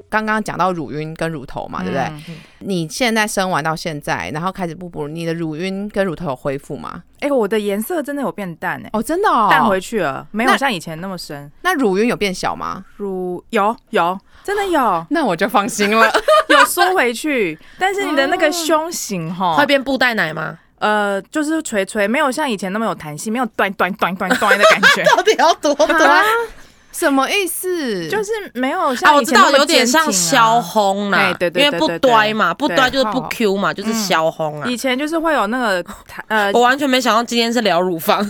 Speaker 1: 刚刚讲到乳晕跟乳头嘛，对不对？你现在生完到现在，然后开始不哺乳，你的乳晕跟乳头有恢复吗？
Speaker 2: 哎，我的颜色真的有变淡哎，
Speaker 1: 哦，真的哦。
Speaker 2: 淡回去了，没有
Speaker 1: 那
Speaker 2: 像以前那么深。
Speaker 1: 那乳晕有变小吗？
Speaker 2: 乳有有，真的 有
Speaker 1: 那我就放心 了。
Speaker 2: 有缩回去，但是你的那个胸型哈
Speaker 3: 嗯会，变布袋奶吗？
Speaker 2: 呃，就是垂垂，没有像以前那么有弹性，没有短短短短短的感
Speaker 3: ，
Speaker 2: 觉
Speaker 3: 到底要多
Speaker 1: 啊？什么意思？
Speaker 2: 就是没有
Speaker 3: 啊，
Speaker 2: 像
Speaker 3: 我
Speaker 2: 以
Speaker 3: 知
Speaker 2: 前那
Speaker 3: 道
Speaker 2: 么
Speaker 3: 有点像
Speaker 2: 坚挺
Speaker 3: 消
Speaker 2: 啊
Speaker 3: 烘啦
Speaker 2: 哎，对对
Speaker 3: 因为
Speaker 2: 对
Speaker 3: 不
Speaker 2: 对对
Speaker 3: 端嘛，不端就是不
Speaker 1: 好
Speaker 3: Q 嘛，就是消烘啊
Speaker 2: 以。前就是会有那个弹呃
Speaker 3: 我，完全没想到今天是聊乳房，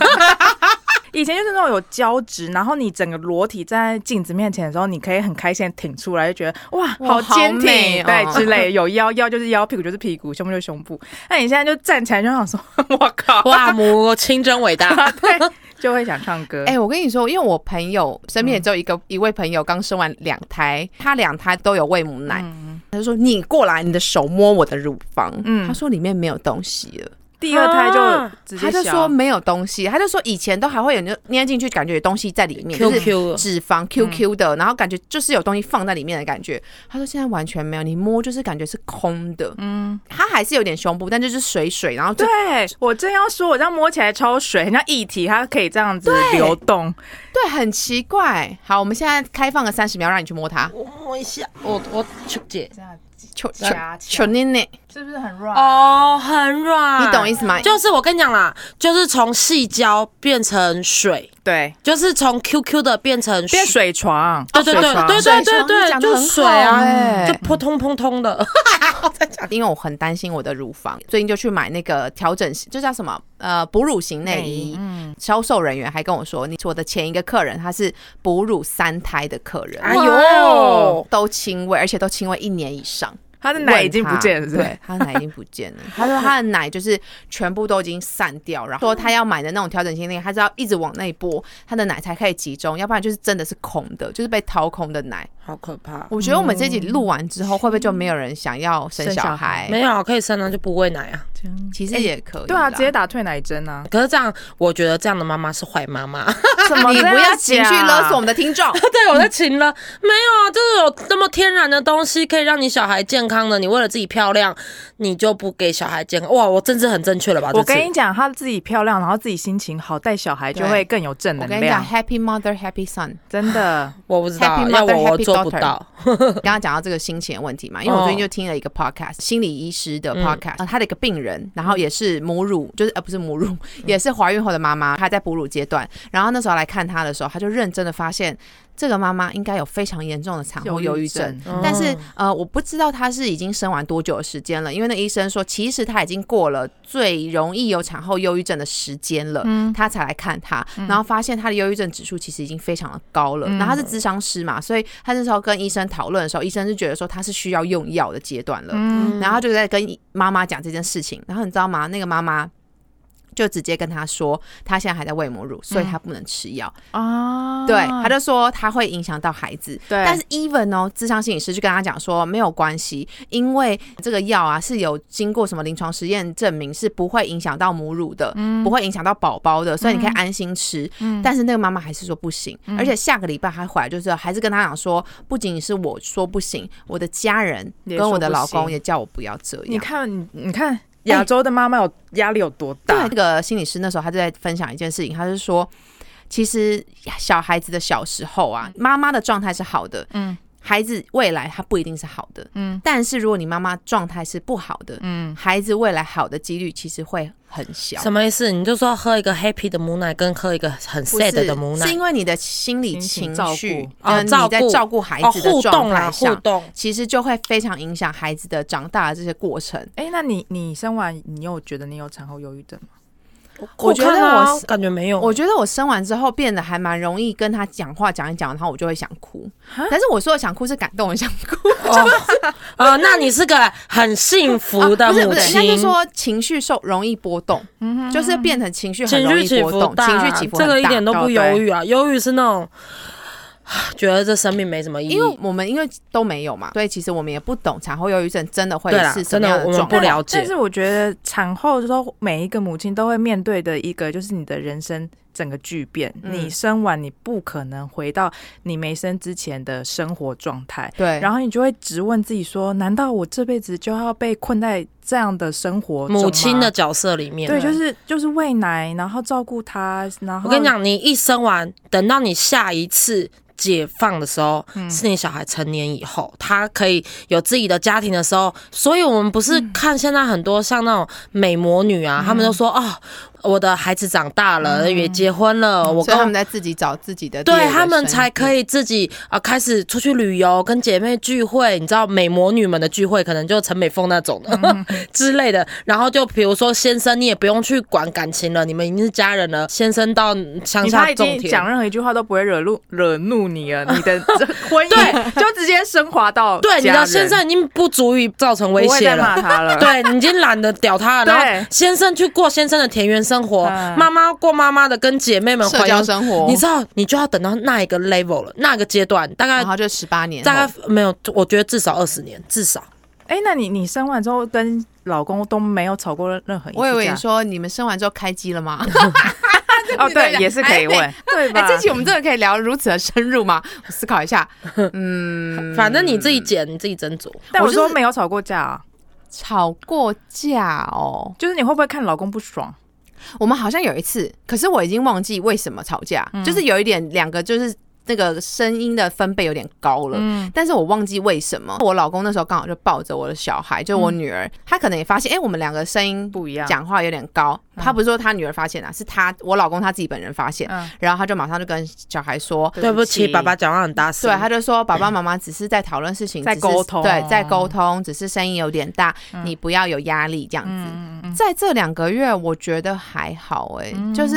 Speaker 2: 以前就是那种有胶质，然后你整个裸体站在镜子面前的时候，你可以很开心地挺出来，就觉得哇，
Speaker 1: 哇
Speaker 2: 好坚
Speaker 1: 好
Speaker 2: 挺，
Speaker 1: 美哦
Speaker 2: 对之类，有腰，腰就是腰，屁股就是屁股，胸部就是胸部。那你现在就站起来就想说， 我靠，
Speaker 3: 哇，母亲真伟大！
Speaker 2: 对，就会想唱歌。
Speaker 1: 哎、我跟你说，因为我朋友身边也只有一个、一位朋友刚生完两胎，他两胎都有喂母奶，他就说你过来，你的手摸我的乳房，
Speaker 2: 嗯
Speaker 1: 他说里面没有东西了，
Speaker 2: 第二胎就
Speaker 3: 啊
Speaker 2: 直接
Speaker 1: 他就
Speaker 2: 消
Speaker 1: 说没有东西，他就说以前都还会有人捏进去，感觉有东西在里面，就是
Speaker 3: QQ 了
Speaker 1: 脂
Speaker 2: 嗯
Speaker 1: 肪 QQ 的，然后感觉就是有东西放在里面的感觉。他说现在完全没有，你摸就是感觉是空的，嗯，他还是有点胸部，但就是水水，然后就
Speaker 2: 对啊我正要说，我这样摸起来超水，很像液体，它可以这样子流动。
Speaker 1: 对，很奇怪。好，我们现在开放了三十秒，让你去摸它，
Speaker 3: 我摸一下，我我去姐
Speaker 1: 求求
Speaker 2: 夹起
Speaker 1: 求
Speaker 2: 来
Speaker 1: 捏捏，
Speaker 2: 是不是很软？
Speaker 3: 哦，很软，
Speaker 2: 啊
Speaker 1: 你懂意
Speaker 3: 思？
Speaker 1: 思吗？
Speaker 3: 就是我跟你讲啦，就是从细胶变成水，
Speaker 2: 对，
Speaker 3: 就是从 QQ 的变成
Speaker 2: 变。水床，
Speaker 3: 对对对
Speaker 2: 水床
Speaker 3: 对
Speaker 1: 水
Speaker 3: 对对
Speaker 1: 床你
Speaker 3: 对，
Speaker 1: 讲得
Speaker 3: 就
Speaker 1: 很
Speaker 3: 水
Speaker 1: 好
Speaker 3: 啊，
Speaker 1: 欸
Speaker 3: 就扑通扑通的。
Speaker 1: 因为我很担心我的乳房，最近就去买那个调整型，就叫什么呃哺乳型内衣。
Speaker 2: 嗯
Speaker 1: 销售人员还跟我说，你是我的前一个客人，他是哺乳三胎的客人，
Speaker 3: 哎
Speaker 2: 哇
Speaker 3: 呦
Speaker 2: 哦，
Speaker 1: 都亲喂，而且都亲喂一年以上。
Speaker 2: 它的奶已经不见了，是不
Speaker 1: 问他对，他
Speaker 2: 是？
Speaker 1: 的奶已经不见了。 他说他的奶就是全部都已经散掉，然后说他要买的那种调整型内衣，他是要一直往内拨，他的奶才可以集中，要不然就是真的是空的，就是被掏空的奶。
Speaker 2: 嗯
Speaker 3: 好可怕！
Speaker 1: 我觉得我们这集录完之后，会不会就没有人想要生
Speaker 2: 生
Speaker 1: 小
Speaker 2: 小
Speaker 1: 孩？
Speaker 3: 没有啊，可以生啊，就不喂奶啊。
Speaker 1: 其实也可以啦、
Speaker 2: 对啊，直接打退奶针啊！
Speaker 3: 可是这样，我觉得这样的妈妈是坏妈妈。
Speaker 2: 怎么
Speaker 1: 你
Speaker 2: 这样
Speaker 1: 不要情绪勒索我们
Speaker 2: 讲
Speaker 1: 的听 众。
Speaker 3: 对，我在请了，没有啊，就是有那么天然的东西可以让你小孩健康的，你为了自己漂亮，你就不给小孩健康。哇，我政治很正确了吧？
Speaker 2: 我
Speaker 3: 这次
Speaker 2: 跟你讲，她自己漂亮，然后自己心情好，带小孩就
Speaker 1: 对
Speaker 2: 会更有正
Speaker 1: 我
Speaker 2: 能
Speaker 1: 跟你讲
Speaker 2: 量。
Speaker 1: ，Happy Mother, Happy Son。
Speaker 2: 真的，
Speaker 3: 我不知道
Speaker 1: Happy
Speaker 3: 要
Speaker 1: mother,
Speaker 3: 我我
Speaker 1: happy
Speaker 3: 做不
Speaker 1: daughter
Speaker 3: 到。
Speaker 1: 刚刚讲到这个心情的问题嘛，因为我
Speaker 3: 哦
Speaker 1: 最近就听了一个 podcast，、心理医师的 podcast，、呃他的一个病人，然后也是母乳，就是呃不是母乳，也是怀孕后的妈妈，她在哺乳阶段，然后那时候来看她的时候，他就认真的发现这个妈妈应该有非常严重的产后忧郁症。
Speaker 3: 哦
Speaker 2: 嗯
Speaker 1: 但是呃，我不知道她是已经生完多久的时间了，因为那医生说，其实她已经过了最容易有产后忧郁症的时间了，她才来看她，然后发现她的忧郁症指数其实已经非常的高了。然后她是咨商师嘛，所以她那时候跟医生讨论的时候，医生是觉得说她是需要用药的阶段了，
Speaker 2: 嗯，
Speaker 1: 然后就在跟妈妈讲这件事情，然后你知道吗？那个妈妈。就直接跟她说，她现在还在喂母乳，所以她不能吃药。
Speaker 2: 啊，
Speaker 1: 对，她就说她会影响到孩子，
Speaker 2: 对，
Speaker 1: 但是 even 哦，智商心理师就跟他讲说没有关系，因为这个药啊是有经过什么临床实验证明是不会影响到母乳的，
Speaker 2: 嗯
Speaker 1: 不会影响到宝宝的，所以你可以安心吃。但是那个妈妈还是说不行，
Speaker 2: 嗯
Speaker 1: 而且下个礼拜还回来，就是还是跟他讲说，不仅是我说不行，我的家人
Speaker 2: 也
Speaker 1: 跟我的
Speaker 2: 说不
Speaker 1: 老公
Speaker 2: 行
Speaker 1: 也叫我不要这
Speaker 2: 你
Speaker 1: 样。
Speaker 2: 看，你你看，亚洲的妈妈有压力有多
Speaker 1: 哎对，
Speaker 2: 大
Speaker 1: 那？个心理师那时候他就在分享一件事情，他就说，其实小孩子的小时候啊，
Speaker 3: 嗯
Speaker 1: 妈妈的状态是好的，嗯
Speaker 2: 嗯，
Speaker 1: 孩子未来他不一定是好的，嗯
Speaker 2: 嗯，
Speaker 1: 但是如果你妈妈状态是不好的，
Speaker 2: 嗯，
Speaker 1: 孩子未来好的几率其实会很小。
Speaker 3: 什么意思？你就说喝一个 happy 的母奶，跟喝一个很
Speaker 1: 不是
Speaker 3: sad 的母奶
Speaker 1: 是因为你的心理
Speaker 2: 心情
Speaker 1: 情
Speaker 2: 照
Speaker 1: 绪，
Speaker 2: 顾
Speaker 1: 嗯，
Speaker 3: 哦
Speaker 1: 你
Speaker 3: 照
Speaker 1: 在
Speaker 3: 顾
Speaker 1: 照顾孩
Speaker 3: 哦，
Speaker 1: 子的
Speaker 3: 互
Speaker 1: 状
Speaker 3: 动啦，
Speaker 1: 态
Speaker 3: 互
Speaker 1: 上，
Speaker 3: 动。
Speaker 1: 其实就会非常影响孩子的长大的这些过程。
Speaker 2: 哎，那你你生完，你有觉得你有产后忧郁症吗？
Speaker 1: 我觉得
Speaker 3: 看啊
Speaker 1: 我是
Speaker 3: 感觉没有，
Speaker 1: 我觉得我生完之后变得还蛮容易跟他讲话，讲一讲，然后我就会想哭。但是我说的想哭是感动的想哭，
Speaker 3: 呃，那你是个很幸 福的
Speaker 1: 啊不是
Speaker 3: 母
Speaker 1: 不是，应
Speaker 3: 亲，嗯
Speaker 1: 该是说情绪受容易波动，就是变成情绪很
Speaker 3: 情
Speaker 1: 容
Speaker 3: 绪
Speaker 1: 易
Speaker 3: 起
Speaker 1: 波
Speaker 3: 伏
Speaker 1: 动，
Speaker 3: 大
Speaker 1: 情
Speaker 3: 啦，
Speaker 1: 绪起伏
Speaker 3: 这
Speaker 1: 很
Speaker 3: 个一
Speaker 1: 大
Speaker 3: 点都不
Speaker 2: 对
Speaker 3: 忧郁啊，忧郁是那种啊觉得这生命没什么意义，
Speaker 1: 因为我们因为都没有嘛，所以其实我们也不懂产后忧郁症真的会
Speaker 3: 对啦
Speaker 1: 是什
Speaker 3: 真
Speaker 1: 么
Speaker 3: 的
Speaker 1: 样
Speaker 3: 我们
Speaker 1: 状
Speaker 3: 不
Speaker 1: 况。
Speaker 3: 了解
Speaker 2: 但是我觉得产后之后，每一个母亲都会面对的一个，就是你的人生整个巨变。
Speaker 1: 嗯
Speaker 2: 你生完，你不可能回到你没生之前的生活状态。
Speaker 1: 对，
Speaker 2: 然后你就会直问自己说：难道我这辈子就要被困在这样的生活中吗
Speaker 3: 母亲的角色里面。啊
Speaker 2: 对，就是就是喂奶，然后照顾她，然后
Speaker 3: 我跟你，讲，你一生完，等到你下一次解放的时候，
Speaker 1: 嗯
Speaker 3: 是你小孩成年以后，他可以有自己的家庭的
Speaker 1: 嗯
Speaker 3: 时候。所以，我们不是看现在很多像那种美魔女啊，他们都说哦，我的孩子长大了，也结婚了，
Speaker 1: 嗯所
Speaker 3: 我
Speaker 1: 以
Speaker 3: 跟
Speaker 1: 他们在自己找自己的第二
Speaker 3: 对
Speaker 1: 人
Speaker 3: 他们
Speaker 1: 生
Speaker 3: 才可以自己啊、呃开始出去旅游，跟姐妹聚会，你知道美魔女们的聚会，可能就陈美凤那种的、
Speaker 2: 嗯
Speaker 3: 之类的。然后就比如说先生，你也不用去管感情了，你们已经是家人了。先生到乡
Speaker 2: 你
Speaker 3: 下
Speaker 2: 他已
Speaker 3: 种
Speaker 2: 经
Speaker 3: 田
Speaker 2: 讲。任何一句话都不会惹怒惹怒你了，你 的这婚姻
Speaker 3: 对
Speaker 2: 就直接升华到
Speaker 3: 对，你
Speaker 2: 家
Speaker 3: 的
Speaker 2: 人
Speaker 3: 先生已经不足以造成威
Speaker 2: 不会
Speaker 3: 胁
Speaker 2: 再
Speaker 3: 了
Speaker 2: 骂。他了，
Speaker 3: 对，你已经懒得屌他 了。然后
Speaker 2: 对
Speaker 3: 先生去过先生的田园生活，
Speaker 2: 嗯
Speaker 3: 妈妈过妈妈的，跟姐妹们
Speaker 1: 社
Speaker 3: 环
Speaker 1: 交
Speaker 3: 游。
Speaker 1: 生活，
Speaker 3: 你知道，你就要等到那一个 level 了，那个阶段，大概
Speaker 1: 然后就十八年后，
Speaker 3: 大概没有，我觉得至少二十年，至少。
Speaker 2: 哎、那你你生完之后跟老公都没有吵过任何一次架？
Speaker 1: 我以为你说你们生完之后开机了吗？
Speaker 2: 哦，对，
Speaker 1: 对
Speaker 2: 也是可以问，对
Speaker 1: 哎、
Speaker 2: 吧？
Speaker 1: 这期我们真的可以聊如此的深入吗？我思考一下，嗯，
Speaker 3: 反正你自己剪，你自己斟酌。
Speaker 2: 但我
Speaker 1: 我就是
Speaker 2: 说没有吵过架、啊，
Speaker 1: 吵过架哦。
Speaker 2: 就是你会不会看老公不爽？
Speaker 1: 我们好像有一次，可是我已经忘记为什么吵架，
Speaker 2: 嗯
Speaker 1: 就是有一点两个就是那个声音的分贝有点高了。
Speaker 2: 嗯，
Speaker 1: 但是我忘记为什么，我老公那时候刚好就抱着我的小孩，
Speaker 2: 嗯
Speaker 1: 就我女儿，他可能也发现，哎、我们两个声音
Speaker 2: 不一样。嗯
Speaker 1: 讲话有点高。他不是说他女儿发现啊，是他我老公他自己本人发现，
Speaker 2: 嗯，
Speaker 1: 然后他就马上就跟小孩说，
Speaker 3: 对不起，爸爸讲话很大声。
Speaker 1: 对，他就说爸爸妈妈只是在讨论事情，
Speaker 2: 在
Speaker 1: 只是
Speaker 2: 沟通嗯
Speaker 1: 对，在沟通，只是声音有点大，你不要有压力这样子。
Speaker 2: 嗯，嗯嗯
Speaker 1: 在这两个月，我觉得还好哎、
Speaker 3: 嗯
Speaker 1: 就是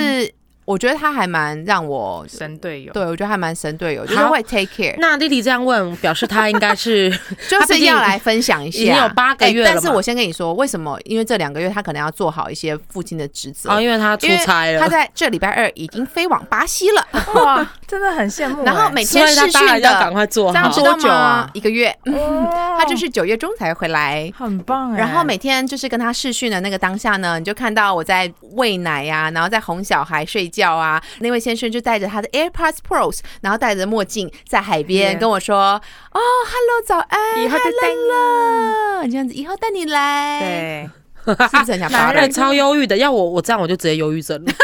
Speaker 1: 我觉得他还蛮让我，
Speaker 2: 神队友。
Speaker 1: 对我觉得还蛮神队友，就是
Speaker 3: 好
Speaker 1: 会 take care，
Speaker 3: 那丽丽这样问，表示她应 该是
Speaker 1: 就
Speaker 3: 他啊毕
Speaker 1: 是
Speaker 3: 竟
Speaker 1: 要来分享一下。
Speaker 3: 已经有八个月了
Speaker 1: 哎
Speaker 3: 嘛
Speaker 1: 但是我先跟你说，为什么？因为这两个月他可能要做好一些父亲的职责。
Speaker 3: 哦，因为她出差
Speaker 1: 他
Speaker 3: 了。
Speaker 1: 在这礼拜二已经飞往巴西 了，
Speaker 2: 哇，真的很羡慕欸。
Speaker 1: 然后每
Speaker 3: 所
Speaker 1: 天
Speaker 3: 以她
Speaker 1: 试
Speaker 3: 当然
Speaker 1: 训
Speaker 3: 要赶
Speaker 1: 的，
Speaker 3: 快做
Speaker 1: 这样
Speaker 3: 好
Speaker 1: 知
Speaker 2: 做。
Speaker 1: 道
Speaker 2: 多久
Speaker 1: 吗
Speaker 2: 啊？
Speaker 1: 一个月，
Speaker 2: 哦
Speaker 1: 他就是九月中才回来。
Speaker 2: 很棒哎。
Speaker 1: 然后每天就是跟他试训的那个当下呢，你就看到我在喂奶呀、然后在哄小孩睡觉啊。那位先生就戴着他的 AirPods Pros，然后戴着墨镜在海边
Speaker 2: Yeah
Speaker 1: 跟我说：“哦，Hello，早安，
Speaker 2: 以后再带
Speaker 1: 乐乐，这样子以后带你来。”对，
Speaker 2: 对，
Speaker 1: 是不是很想
Speaker 3: 男
Speaker 1: 打
Speaker 3: 人
Speaker 1: 人？
Speaker 3: 超忧郁的，要我我这样我就直接忧郁症了。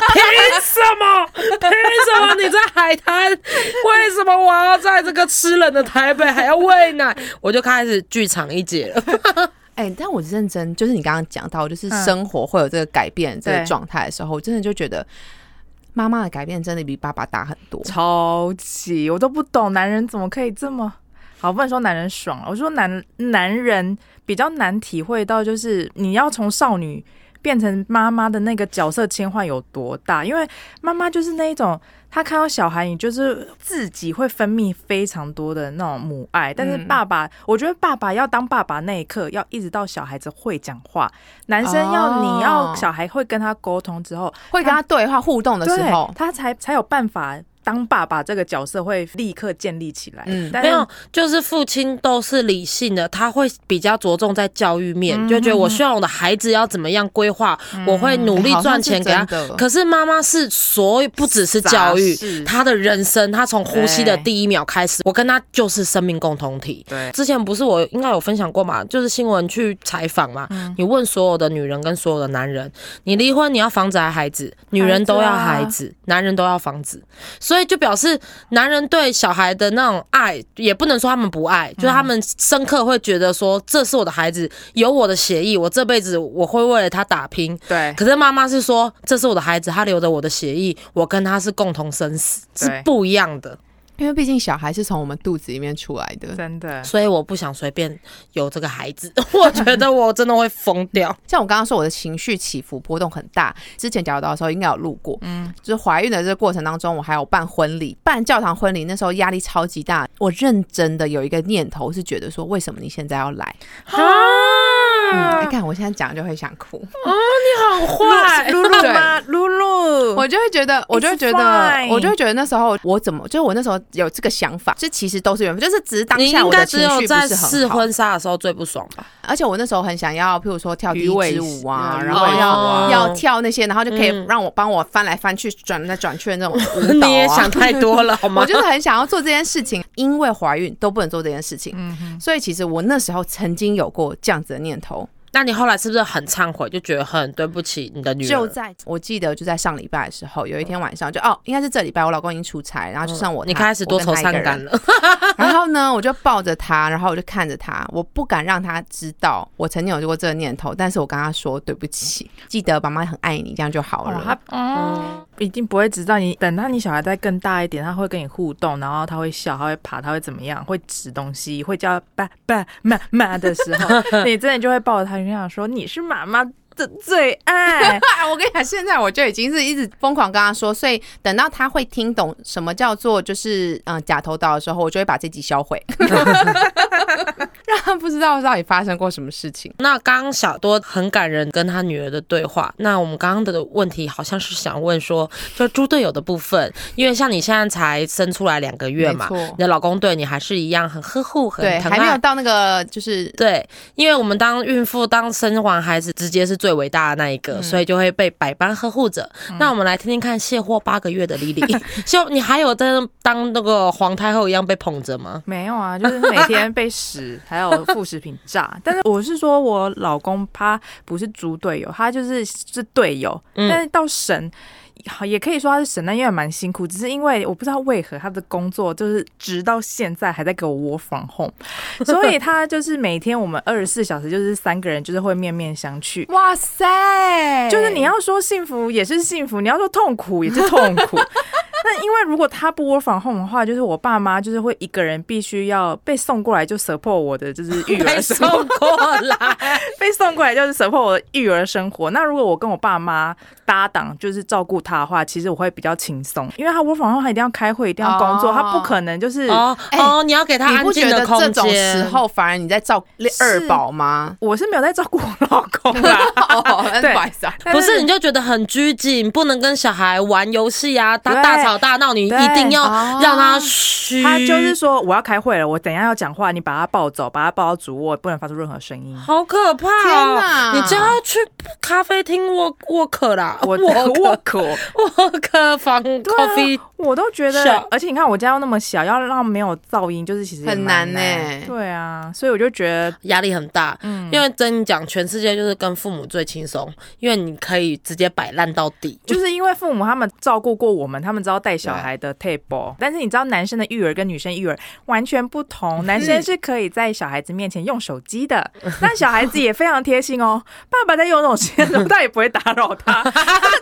Speaker 3: 凭什么？凭什么你在海滩？为什么我要在这个湿冷的台北还要喂奶？我就开始剧场一姐了。
Speaker 1: 哎、但我认真，就是你刚刚讲到，就是
Speaker 2: 嗯
Speaker 1: 生活会有这个改变这个
Speaker 2: 对
Speaker 1: 状态的时候，我真的就觉得妈妈的改变真的比爸爸大很多。
Speaker 2: 超级，我都不懂男人怎么可以这么好，不能说男人爽啊了，我说男男人比较难体会到，就是你要从少女变成妈妈的那个角色切换有多大，因为妈妈就是那一种，她看到小孩，你就是自己会分泌非常多的那种母爱，但是
Speaker 1: 嗯
Speaker 2: 爸爸，我觉得爸爸要当爸爸那一刻，要一直到小孩子会讲话，男生要、你
Speaker 1: 哦
Speaker 2: 要小孩会跟他沟通之后，
Speaker 1: 会跟他对话互动的时
Speaker 2: 对，
Speaker 1: 候，
Speaker 2: 他才才有办法当爸爸这个角色会立刻建立起来。
Speaker 1: 嗯
Speaker 2: 但
Speaker 3: 没
Speaker 2: 是
Speaker 3: 有，就是父亲都是理性的，他会比较着重在教育面，就觉得
Speaker 1: 嗯
Speaker 3: 我希望我的孩子要怎么样规划，我会努力
Speaker 1: 哎好像
Speaker 3: 赚
Speaker 1: 是
Speaker 3: 钱给他。
Speaker 1: 真的
Speaker 3: 可是妈妈是所有不只是教育
Speaker 2: 杂事，
Speaker 3: 她的人生，她从呼吸的
Speaker 2: 对
Speaker 3: 第一秒开始，我跟她就是生命共同体。
Speaker 2: 对
Speaker 3: 之前不是我应该有分享过嘛，就是新闻去采访嘛，你问所有的女人跟所有的男人，你离婚你要房子还孩子，女人都要孩子，男人都要房子，所以就表示男人对小孩的那种爱，也不能说他们不爱，就是他们深刻会觉得说这是我的孩子，有我的血意，我这辈子我会为了他打拼。
Speaker 2: 对
Speaker 3: 可是妈妈是说这是我的孩子，他留着我的血意，我跟他是共同生死，是
Speaker 2: 对
Speaker 3: 不一样的。
Speaker 1: 因为毕竟小孩是从我们肚子里面出来的。
Speaker 2: 真的
Speaker 3: 所以我不想随便有这个孩子， 我觉得我真的会疯掉。
Speaker 1: 像我刚刚说，我的情绪起伏波动很大。之前讲到的时候，应该有录过，嗯，就是怀孕的这个过程当中，我还有办婚礼，办教堂婚礼，那时候压力超级大。我认真的有一个念头是觉得说，为什么你现在要来？
Speaker 3: 啊
Speaker 1: 你、
Speaker 2: 嗯
Speaker 1: 看我现在讲就会想哭，
Speaker 3: 嗯你好坏，
Speaker 2: 露露吗？露露，
Speaker 1: 我就会觉得，我就会觉得
Speaker 2: fine，
Speaker 1: 我就会觉得那时候我怎么，就是我那时候有这个想法，这其实都是缘分，就是只 是当
Speaker 3: 你
Speaker 1: 下
Speaker 3: 应
Speaker 1: 我
Speaker 3: 该
Speaker 1: 的
Speaker 3: 只
Speaker 1: 情
Speaker 3: 有
Speaker 1: 绪不
Speaker 3: 在
Speaker 1: 是
Speaker 3: 试
Speaker 1: 很好。
Speaker 3: 婚纱的时候最不爽吧？
Speaker 1: 而且我那时候很想要，譬如说跳第
Speaker 2: 鱼
Speaker 1: 一
Speaker 2: 尾
Speaker 1: 支舞啊，
Speaker 2: 嗯
Speaker 1: 然后要、
Speaker 3: 哦
Speaker 1: 要跳那些，然后就可以
Speaker 3: 嗯
Speaker 1: 让我帮我翻来翻去、转来转去的那种舞蹈、啊、
Speaker 3: 你也想太多 了好吗
Speaker 1: 我？就是很想要做这件事情，因为怀孕都不能做这件事情，
Speaker 2: 嗯哼，
Speaker 1: 所以其实我那时候曾经有过这样子的念头。
Speaker 3: 那你后来是不是很忏悔，就觉得很对不起你的女儿？
Speaker 1: 就在我记得就在上礼拜的时候，有一天晚上就哦，应该是这礼拜，我老公已经出差，然后就剩我他、
Speaker 3: 嗯你开始多愁善
Speaker 1: 我跟他一个
Speaker 3: 感
Speaker 1: 人。
Speaker 3: 了，
Speaker 1: 然后呢，我就抱着他，然后我就看着他，我不敢让他知道我曾经有过这个念头，但是我跟他说对不起，记得妈妈很爱你，这样就好了。
Speaker 2: 哦，他嗯，一定不会知道你。等到你小孩再更大一点，他会跟你互动，然后他会笑，他会爬，他会怎么样，会指东西，会叫爸爸妈妈的时候，你真的就会抱着他，你就想说你是妈妈的最爱。
Speaker 1: 啊，我跟你讲，现在我就已经是一直疯狂跟他说，所以等到他会听懂什么叫做就是嗯、呃假头刀的时候，我就会把这集销 毁，让他不知道到底发生过什么事情。
Speaker 3: 那刚刚小多很感人跟他女儿的对话，那我们刚刚的问题好像是想问说，就猪队友的部分，因为像你现在才生出来两个月嘛，
Speaker 1: 没错
Speaker 3: 你的老公对你还是一样很呵护、很
Speaker 1: 对，
Speaker 3: 疼
Speaker 1: 还没有
Speaker 3: 爱。
Speaker 1: 到那个就是。
Speaker 3: 对，因为我们当孕妇、当生完孩子，直接是最伟大的那一个，
Speaker 1: 嗯
Speaker 3: 所以就会被百般呵护着。那我们来听听看卸货八个月的莉莉，就你还有在当那个皇太后一样被捧着吗？
Speaker 2: 没有啊，就是每天被屎还有副食品炸。但是我是说，我老公他不是猪队友，他就是是队友，
Speaker 3: 嗯
Speaker 2: 但是到神。好，也可以说他是神，但因为蛮辛苦，只是因为我不知道为何他的工作就是直到现在还在给我 work from home，所以他就是每天我们二十四小时就是三个人就是会面面相觑，
Speaker 1: 哇塞
Speaker 3: 哎
Speaker 2: 就是你要说幸福也是幸福，你要说痛苦也是痛 苦。那因为如果他不 work from home 的话，就是我爸妈就是会一个人必须要被送过来就 support 我的就是育
Speaker 3: 被
Speaker 2: 儿 生活，
Speaker 3: 送过来，
Speaker 2: 被送过来就是 support 我的育儿生活。那如果我跟我爸妈搭档就是照顾他的话，其实我会比较轻松，因为他 work from home 他一定要开会，一定要工作，
Speaker 1: 哦
Speaker 2: 他不可能就是。
Speaker 3: 哦
Speaker 1: 哎
Speaker 3: 哦，你要给他
Speaker 1: 你
Speaker 3: 安
Speaker 1: 不
Speaker 3: 静
Speaker 1: 觉
Speaker 3: 的
Speaker 1: 得
Speaker 3: 空
Speaker 1: 这
Speaker 3: 间。
Speaker 1: 种时候反而你在照顾二宝 吗？
Speaker 2: 我是没有在照顾我老公啦，
Speaker 1: 哦，那
Speaker 2: 对
Speaker 1: 不好意思啊，
Speaker 2: 但
Speaker 3: 不是，你就觉得很拘谨，不能跟小孩玩游戏啊，他
Speaker 2: 对
Speaker 3: 大吵大闹，你一
Speaker 2: 对
Speaker 3: 定要
Speaker 1: 哦
Speaker 3: 让他嘘。
Speaker 2: 他就是说我要开会了，我等一下要讲话，你把他抱走，把他抱到主卧，不能发出任何声音。
Speaker 3: 好可怕
Speaker 1: 天
Speaker 3: 哦！
Speaker 1: 哪
Speaker 3: 你就要去咖啡厅沃沃克啦，
Speaker 2: 我
Speaker 3: 沃
Speaker 2: 我
Speaker 3: 克
Speaker 2: 可
Speaker 3: 沃克房
Speaker 2: 对啊
Speaker 3: coffee
Speaker 2: 我都觉
Speaker 3: 小
Speaker 2: 得，而且你看我家又那么小，要让没有噪音，就是其实也
Speaker 1: 很
Speaker 2: 蛮
Speaker 1: 难
Speaker 2: 难
Speaker 1: 欸
Speaker 2: 对啊，所以我就觉得，
Speaker 3: 压力很大。
Speaker 2: 嗯，
Speaker 3: 因为真讲，全世界就是跟父母最轻松，因为你可以直接摆烂到底。
Speaker 2: 就是因为父母他们照顾过我们，他们知道带小孩的 table，但是你知道男生的育儿跟女生育儿完全不 同，男生是可以在小孩子面前用手机的，但小孩子也非常贴心哦， 爸爸在用那种时间的时候，他也不会打扰他， 他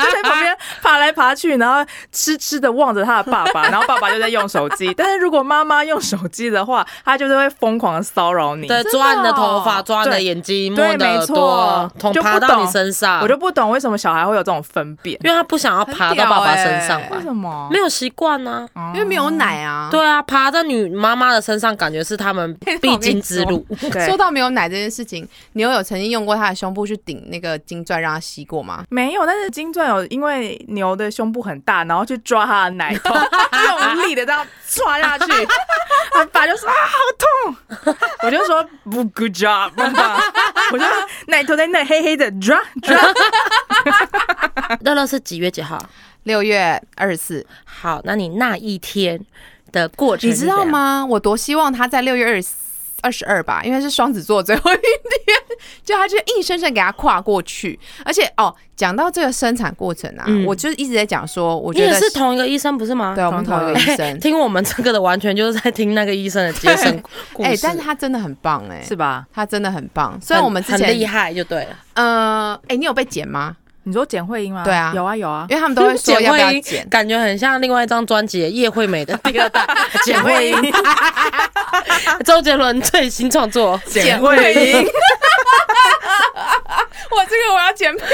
Speaker 2: 就在旁边爬来爬去，然后痴痴的望着他的爸 爸，然后爸爸就在用手机，但是如果妈妈用手机的话，他就是会疯狂的骚扰你，
Speaker 3: 对，
Speaker 1: 真的
Speaker 3: 抓你的头发，
Speaker 1: 哦
Speaker 3: 抓你的
Speaker 2: 对
Speaker 3: 眼睛，摸
Speaker 2: 对
Speaker 3: 你的耳
Speaker 2: 没错
Speaker 3: 朵，捅
Speaker 2: 就不
Speaker 3: 爬到你
Speaker 2: 懂
Speaker 3: 身上。
Speaker 2: 我就不懂为什么小孩会有这种分辨，
Speaker 3: 因为他不想要爬到爸爸身上
Speaker 1: 很屌
Speaker 3: 来
Speaker 1: 欸
Speaker 2: 为，什么？
Speaker 3: 没有习惯呢。
Speaker 1: 因为没有奶啊。
Speaker 3: 对啊，爬在女妈妈的身上，感觉是他们必经之路。
Speaker 2: 对
Speaker 1: 说到没有奶这件事情，牛有曾经用过他的胸部去顶那个金钻让他吸过吗？
Speaker 2: 没有，但是金钻有因为牛的胸部很大，然后去抓它的奶 头，用力的这样抓下去，他爸就说啊好痛，我就说不 good job，妈妈 我就奶头在那黑黑的抓抓，
Speaker 3: 乐乐是几月几号？
Speaker 1: 六月二十四，
Speaker 3: 好，那你那一天的过程
Speaker 1: 你
Speaker 3: 是
Speaker 1: 知
Speaker 3: 怎样
Speaker 1: 道？吗？我多希望他在六月二十二十二吧，因为是双子座最后一天，就他就硬生生给他跨过去。而且哦，讲到这个生产过程啊，
Speaker 3: 嗯
Speaker 1: 我就是一直在讲说，我
Speaker 3: 你
Speaker 1: 觉
Speaker 3: 也
Speaker 1: 得
Speaker 3: 是同一个医生不是吗？
Speaker 1: 对，我们同一个医
Speaker 3: 哎
Speaker 1: 生，
Speaker 3: 听我们这个的，完全就是在听那个医生的接生故 事。
Speaker 1: 哎、但是他真的很棒哎、
Speaker 2: 是吧？
Speaker 1: 他真的很棒。虽然我们之
Speaker 3: 很 很厉
Speaker 1: 前，
Speaker 3: 害就对了，
Speaker 1: 呃，哎、你有被剪吗？
Speaker 2: 你说简慧英吗？
Speaker 1: 对啊
Speaker 2: 有啊有啊，
Speaker 1: 因为他们都会说要不要
Speaker 3: 简慧
Speaker 1: 剪
Speaker 3: 英。感 觉很像 另外一张专辑《叶惠美》的第二代简慧英，周杰伦最新创 作。
Speaker 1: 简
Speaker 2: 慧英，
Speaker 1: 我这个我要剪片，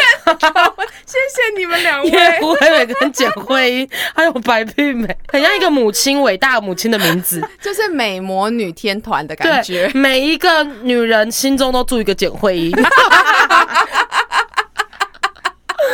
Speaker 1: 谢谢你们两
Speaker 3: 叶惠美跟简慧英，还有白玉 美，很像一个母亲伟大母亲的名字。
Speaker 1: 就是美魔女天团的
Speaker 3: 对
Speaker 1: 感，觉。
Speaker 3: 每一个女人心中都住一个简慧 英，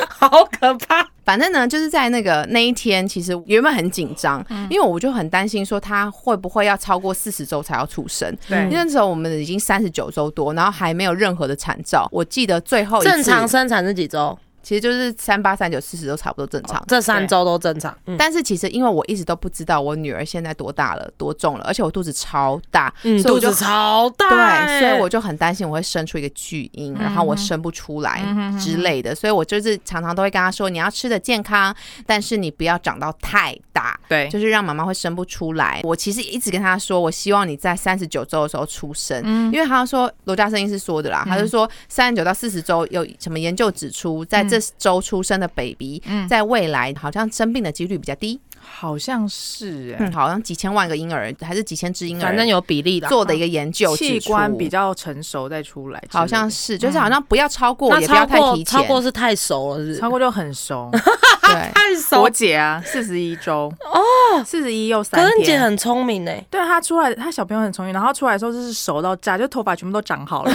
Speaker 3: 好可怕！
Speaker 1: 反正呢，就是在那个那一天，其实原本很紧张，因为我就很担心说她会不会要超过四十周才要出生。
Speaker 2: 对
Speaker 1: 因为那时候我们已经三十九周多，然后还没有任何的产兆。我记得最后一次
Speaker 3: 正常生产是几周？
Speaker 1: 其实就是三八、三九、四十都差不多正常。
Speaker 3: 这三周都正常。嗯，
Speaker 1: 但是其实因为我一直都不知道我女儿现在多大了、多重了，而且我肚子超大，
Speaker 3: 嗯
Speaker 1: 所以
Speaker 3: 肚
Speaker 1: 我就
Speaker 3: 子超大嗯
Speaker 1: 对，
Speaker 3: 欸，
Speaker 1: 所以我就很担心我会生出一个巨婴，然后我生不出来
Speaker 3: 嗯
Speaker 1: 之类的，所以我就是常常都会跟她说，你要吃的健康，但是你不要长到太大，
Speaker 2: 对
Speaker 1: 就是让妈妈会生不出来。我其实一直跟她说，我希望你在三十九周的时候出生，
Speaker 3: 嗯
Speaker 1: 因为她说罗家生医师说的啦，她就说三十九到四十周有什么研究指出，在
Speaker 3: 嗯
Speaker 1: 这周出生的 baby，、在未来好像生病的几率比较低，
Speaker 2: 好像是哎、
Speaker 1: 嗯，好像几千万个婴儿还是几千只婴儿，
Speaker 3: 反正有比例的。
Speaker 1: 做的一个研究指
Speaker 2: 器
Speaker 1: 出
Speaker 2: 官比较成熟再出来之类的，
Speaker 1: 好像是，就是好像不要超过，
Speaker 3: 那
Speaker 1: 也不要
Speaker 3: 超
Speaker 1: 太
Speaker 3: 过
Speaker 1: 提
Speaker 3: 超
Speaker 1: 前。
Speaker 3: 过是太熟了，是不是
Speaker 2: 超过就很 熟。
Speaker 1: 对，
Speaker 3: 太
Speaker 2: 我
Speaker 3: 熟。
Speaker 2: 姐啊，四十一周哦，四十一又三
Speaker 3: 可是你姐
Speaker 2: 天。
Speaker 3: 很聪明欸呢，
Speaker 2: 对她出来，她小朋友很聪明，然后出来的时候就是熟到炸，就头发全部都长 好了，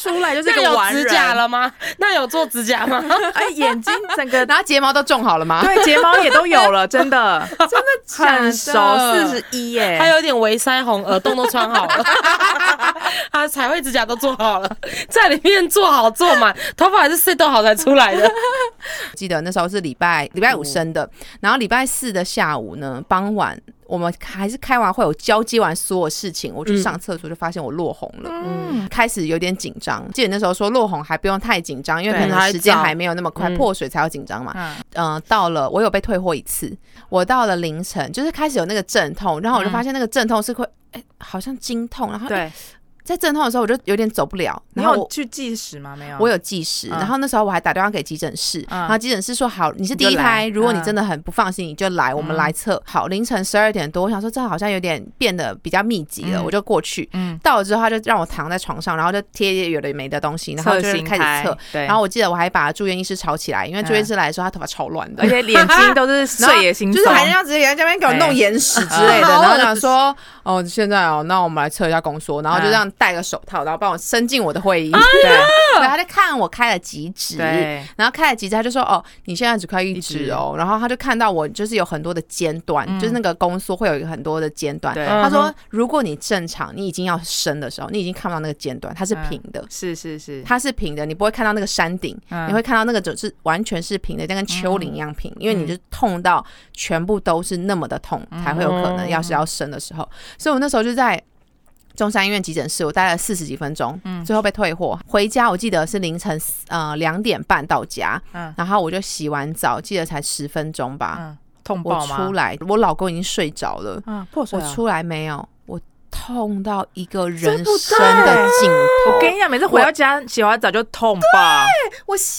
Speaker 2: 出来就是
Speaker 3: 那
Speaker 2: 个
Speaker 3: 有
Speaker 2: 完
Speaker 3: 指
Speaker 2: 人
Speaker 3: 甲，了吗？那有做指甲 吗？
Speaker 2: 哎，眼睛整个
Speaker 1: 然后睫毛都种好了吗？
Speaker 2: 对睫毛也都有了，真的真
Speaker 1: 假的
Speaker 2: 很熟，四十一耶，
Speaker 3: 还有点微腮红，耳洞都穿好 了，他彩绘指甲都做好了，在里面做好做满，头发还是 set 都好才出来 的。
Speaker 1: 记得那时候是礼拜礼拜五生的，然后礼拜四的下午呢，傍晚我们还是开完会，我交接完所有事情，我去上厕所就发现我落红了，嗯，开始有点紧张。记得那时候说落红还不用太紧张，因为
Speaker 2: 对
Speaker 1: 可能时间还没有那么快，
Speaker 3: 还早
Speaker 1: 破水才要紧张嘛。
Speaker 2: 嗯
Speaker 1: 嗯、到了我有被退货一次，我到了凌晨就是开始有那个阵痛，然后我就发现那个阵痛是会。哎好像经痛，然后
Speaker 2: 嗯对，
Speaker 1: 在阵痛的时候我就哎有点走不了，
Speaker 2: 你
Speaker 1: 然后我
Speaker 2: 有去计时吗？没有，
Speaker 1: 我有计时，
Speaker 2: 嗯
Speaker 1: 然后那时候我还打电话给急诊室，
Speaker 2: 嗯
Speaker 1: 然后急诊室说好，你是第一
Speaker 2: 你就
Speaker 1: 胎，
Speaker 2: 来
Speaker 1: 如果你
Speaker 2: 嗯
Speaker 1: 真的很不放心，你就来，我们来测。好，凌晨十二点多，我想说这好像有点变得比较密集了，
Speaker 2: 嗯
Speaker 1: 我就过去。
Speaker 2: 嗯，
Speaker 1: 到了之后，他就让我躺在床上，然后就贴一些有的没的东西，然后就
Speaker 2: 测
Speaker 1: 是
Speaker 2: 心
Speaker 1: 开
Speaker 2: 态
Speaker 1: 始测。，
Speaker 2: 对，嗯
Speaker 1: 然后我记得我还把住院医师吵起来，因为住院医师来的时候，他头发超乱的
Speaker 2: 而，且眼睛都 是睡眼惺
Speaker 1: 就是还
Speaker 2: 忪，
Speaker 1: 要直接在那边给我弄眼屎之类的，
Speaker 3: 哎
Speaker 1: 然后想说，哦，现在哦，那我们来测一下宫缩，然后就这样戴个手套，然后帮我伸进我的会议，对，他就看我开了几指，
Speaker 2: 对
Speaker 1: 然后开了几指，他就说，哦，你现在只开一
Speaker 2: 一
Speaker 1: 指
Speaker 2: 指
Speaker 1: 哦，然后他就看到我就是有很多的尖端，
Speaker 2: 嗯
Speaker 1: 就是那个宫缩会有一个很多的尖端。
Speaker 2: 对
Speaker 3: 嗯
Speaker 1: 他说，如果你正常，你已经要升的时候，你已经看不到那个尖端，它是平的。
Speaker 2: 是是是，
Speaker 1: 它是平的，你不会看到那个山顶，
Speaker 2: 嗯
Speaker 1: 你会看到那个就是完全是平的，像跟丘陵一样平，因为你就痛到全部都是那么的痛，才会有可能要是要生的时
Speaker 2: 嗯
Speaker 1: 候。所以我那时候就在中山医院急诊室，我待了四十几分钟，
Speaker 2: 嗯
Speaker 1: 最后被退货。回家我记得是凌晨四呃两点半到家，
Speaker 2: 嗯
Speaker 1: 然后我就洗完澡，记得才十分钟吧，
Speaker 2: 嗯，痛
Speaker 1: 我
Speaker 2: 爆吗？
Speaker 1: 出来，我老公已经睡着了，
Speaker 2: 嗯，破水
Speaker 1: 我
Speaker 2: 了
Speaker 1: 出来没有，我痛到一个人
Speaker 2: 不
Speaker 1: 生
Speaker 2: 对
Speaker 1: 的尽头。
Speaker 2: 我跟你讲，每次回到家洗完澡就痛吧，
Speaker 1: 我吓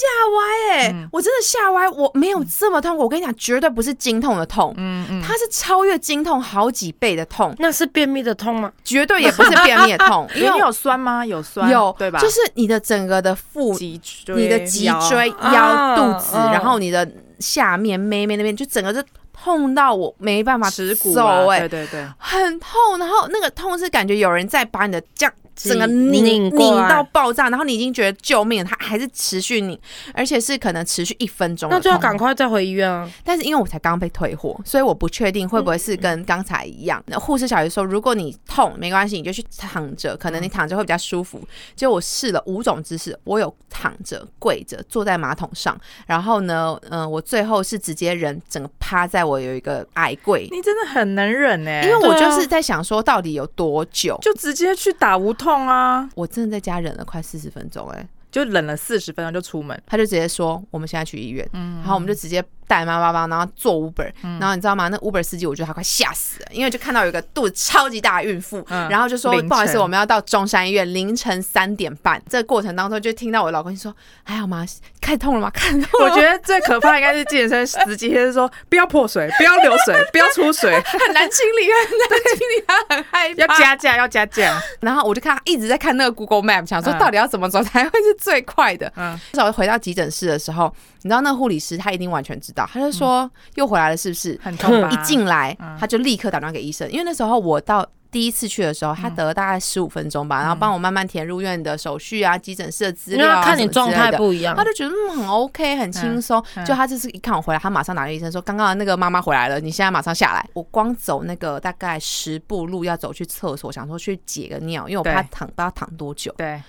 Speaker 1: 歪哎、
Speaker 2: 嗯
Speaker 1: 我真的吓歪，我没有这么痛过。我跟你讲，绝对不是经痛的痛，
Speaker 2: 嗯嗯，
Speaker 1: 它是超越经痛好几倍的 痛，
Speaker 3: 那是便秘的痛吗？
Speaker 1: 绝对也不是便秘的痛，因
Speaker 2: 因为
Speaker 1: 为
Speaker 2: 你有酸吗？有酸，
Speaker 1: 有
Speaker 2: 对吧？
Speaker 1: 就是你的整个的腹、
Speaker 2: 脊椎、
Speaker 1: 你的脊椎、
Speaker 3: 腰
Speaker 1: 腰、肚子，
Speaker 3: 啊
Speaker 1: 然后你的下面、妹妹那边，就整个是痛到我没办法
Speaker 2: 耻骨啊
Speaker 1: 走哎、
Speaker 2: 对对对，
Speaker 1: 很痛，然后那个痛是感觉有人在把你的这样整个拧
Speaker 3: 拧过来
Speaker 1: 到爆炸，然后你已经觉得救命了，它还是持续拧，而且是可能持续一分钟的
Speaker 3: 那
Speaker 1: 痛，
Speaker 3: 就要赶快再回医院啊！
Speaker 1: 但是因为我才刚被退货，所以我不确定会不会是跟刚才一样。那护士小姐说，如果你痛没关系，你就去躺着，可能你躺着会比较舒服。结果我试了五种姿势，我有躺着、跪着、坐在马桶上，然后呢，嗯、我最后是直接人整个趴在我有一个矮柜，
Speaker 2: 你真的很能忍哎、
Speaker 1: 因为我
Speaker 3: 对
Speaker 1: 就
Speaker 3: 啊
Speaker 1: 是在想说到底有多久。
Speaker 2: 就直接去打无痛啊，
Speaker 1: 我真的在家忍了快四十分钟、欸，哎，
Speaker 2: 就忍了四十分钟就出门，
Speaker 1: 他就直接说我们现在去医院，然后我们就直接带妈妈妈，然后坐 Uber，、然后你知道吗？那 Uber 司机我觉得他快吓死了，因为就看到有一个肚子超级大的孕妇，
Speaker 2: 嗯
Speaker 1: 然后就说
Speaker 2: 凌晨
Speaker 1: 不好意思，我们要到中山医院，凌晨三点半。这个过程当中就听到我老公说哎还好吗？开痛了吗？开痛了
Speaker 2: 我
Speaker 1: 吗。
Speaker 2: 觉得最可怕应该是健身司机，就是说 不要破水，不要流水， 不要出水，
Speaker 1: 很难清理，很难 清理，他很害怕。
Speaker 2: 要加价，要加价。
Speaker 1: 然后我就看他一直在看那个 Google Map，想说
Speaker 2: 嗯
Speaker 1: 到底要怎么走才会是最快的。
Speaker 2: 嗯，
Speaker 1: 那时候回到急诊室的时候，你知道那护理师他一定完全知道，他就说、又回来了是不是？
Speaker 2: 很痛吧？
Speaker 1: 一进来、
Speaker 2: 嗯
Speaker 1: 他就立刻打电话给医生，因为那时候我到。第一次去的时候，他
Speaker 3: 嗯
Speaker 1: 得了大概十五分钟吧，然后帮我慢慢填入院的手续啊、急诊室的资
Speaker 3: 因
Speaker 1: 料
Speaker 3: 为
Speaker 1: 啊，
Speaker 3: 嗯要看你
Speaker 1: 什么之类
Speaker 3: 状
Speaker 1: 的
Speaker 3: 态不一样
Speaker 1: 他，就觉得嗯很 OK，很轻松。
Speaker 2: 嗯
Speaker 1: 就他这次一看我回来，他马上打给医生说：“刚刚那个妈妈回来了，你现在马上下来。”我光走那个大概十步路要走去厕所，想说去解个尿，因为我怕
Speaker 2: 对
Speaker 1: 躺不知道躺多久。
Speaker 2: 对，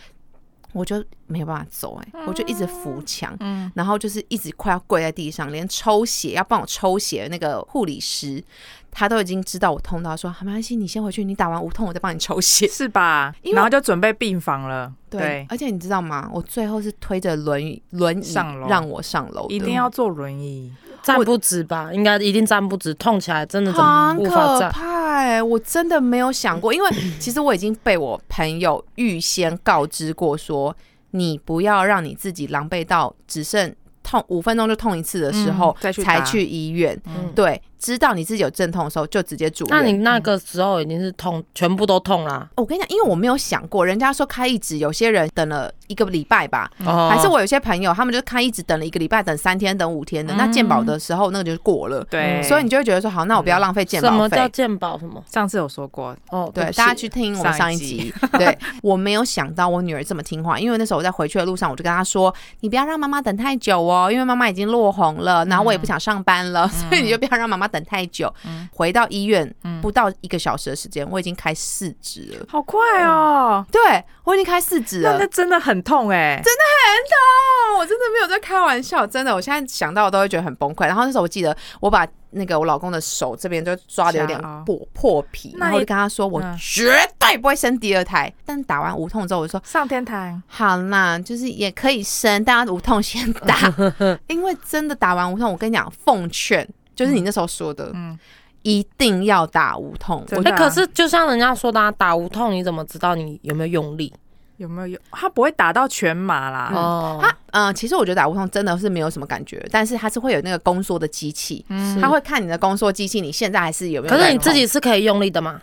Speaker 1: 我就没有办法走、欸，哎、我就一直扶墙，
Speaker 2: 啊嗯
Speaker 1: 然后就是一直快要跪在地上，连抽血要帮我抽血的那个护理师，他都已经知道我痛到说，好没关系，你先回去，你打完无痛我再帮你抽血。
Speaker 2: 是吧？
Speaker 1: 因为
Speaker 2: 然后就准备病房了，
Speaker 1: 对
Speaker 2: 对，，
Speaker 1: 而且你知道吗？我最后是推着轮椅轮椅
Speaker 2: 上楼
Speaker 1: 让我上楼的，
Speaker 2: 一定要坐轮椅，
Speaker 3: 站不直吧？应该一定站不直，痛起来真的怎么
Speaker 1: 很
Speaker 3: 无法
Speaker 1: 可
Speaker 3: 站？
Speaker 1: 怕、欸！我真的没有想过，因 为其实我已经被我朋友预先告知过说你不要让你自己狼狈到只剩痛五分钟就痛一次的时候
Speaker 2: 嗯、再去打
Speaker 1: 才去医院。
Speaker 2: 嗯，
Speaker 1: 对，知道你自己有阵痛的时候就直接住院。
Speaker 3: 那你那个时候已经是痛，全部都痛啦。
Speaker 1: 我跟你讲，因为我没有想过，人家说开一指，有些人等了一个礼拜吧，
Speaker 3: 哦，
Speaker 1: 嗯还是我有些朋友他们就开一指等了一个礼拜，等三天、等五天的。那健保的时候那个就过了，
Speaker 2: 对，
Speaker 1: 所以你就会觉得说，好，那我不要浪费健
Speaker 3: 什
Speaker 1: 保
Speaker 3: 么叫
Speaker 1: 费。
Speaker 3: 健保？什么？
Speaker 2: 上次有说过，
Speaker 3: 哦，
Speaker 1: 对，
Speaker 3: 不起
Speaker 1: 大家去听我们上一集。 对我没有想到我女儿这么听话，因为那时候我在回去的路上，我就跟她说：“你不要让妈妈等太久哦，因为妈妈已经落红了，然后我也不想上班了，所以你就不要让妈妈等太久。回到医院不到一个小时的时间，我已经开四指了。
Speaker 2: 好快哦，
Speaker 1: 对，我已经开四指
Speaker 2: 那
Speaker 1: 了
Speaker 2: 那。真的很痛哎，真
Speaker 1: 哦，我真的没有在开玩笑，真的，我现在想到我都会觉得很崩溃。然后那时候我记得，我把那个我老公的手这边就抓的有点
Speaker 2: 夹哦
Speaker 1: 破破皮，
Speaker 2: 那
Speaker 1: 然后我
Speaker 2: 你
Speaker 1: 就跟他说，我
Speaker 2: 嗯
Speaker 1: 绝对不会生第二胎。但打完无痛之后，我就说。
Speaker 2: 上天堂，
Speaker 1: 好啦，就是也可以生，大家无痛先打， 因为真的打完无痛，我跟你讲，奉劝就是你那时候说的，
Speaker 2: 嗯
Speaker 1: 一定要打无痛。
Speaker 2: 真
Speaker 1: 我
Speaker 2: 的
Speaker 3: 哎、
Speaker 2: 啊
Speaker 3: 可是就像人家说的、啊，打无痛，你怎么知道你有没有用力？
Speaker 2: 有没有用？他不会打到全麻啦，
Speaker 3: 哦，
Speaker 1: 它嗯、呃其实我觉得打无痛真的是没有什么感觉，但是它是会有那个宫缩的机器，
Speaker 2: 嗯
Speaker 1: 它会看你的宫缩机器，你现在还是有没有
Speaker 3: 可
Speaker 1: 在痛？
Speaker 3: 是你自己是可以用力的嘛？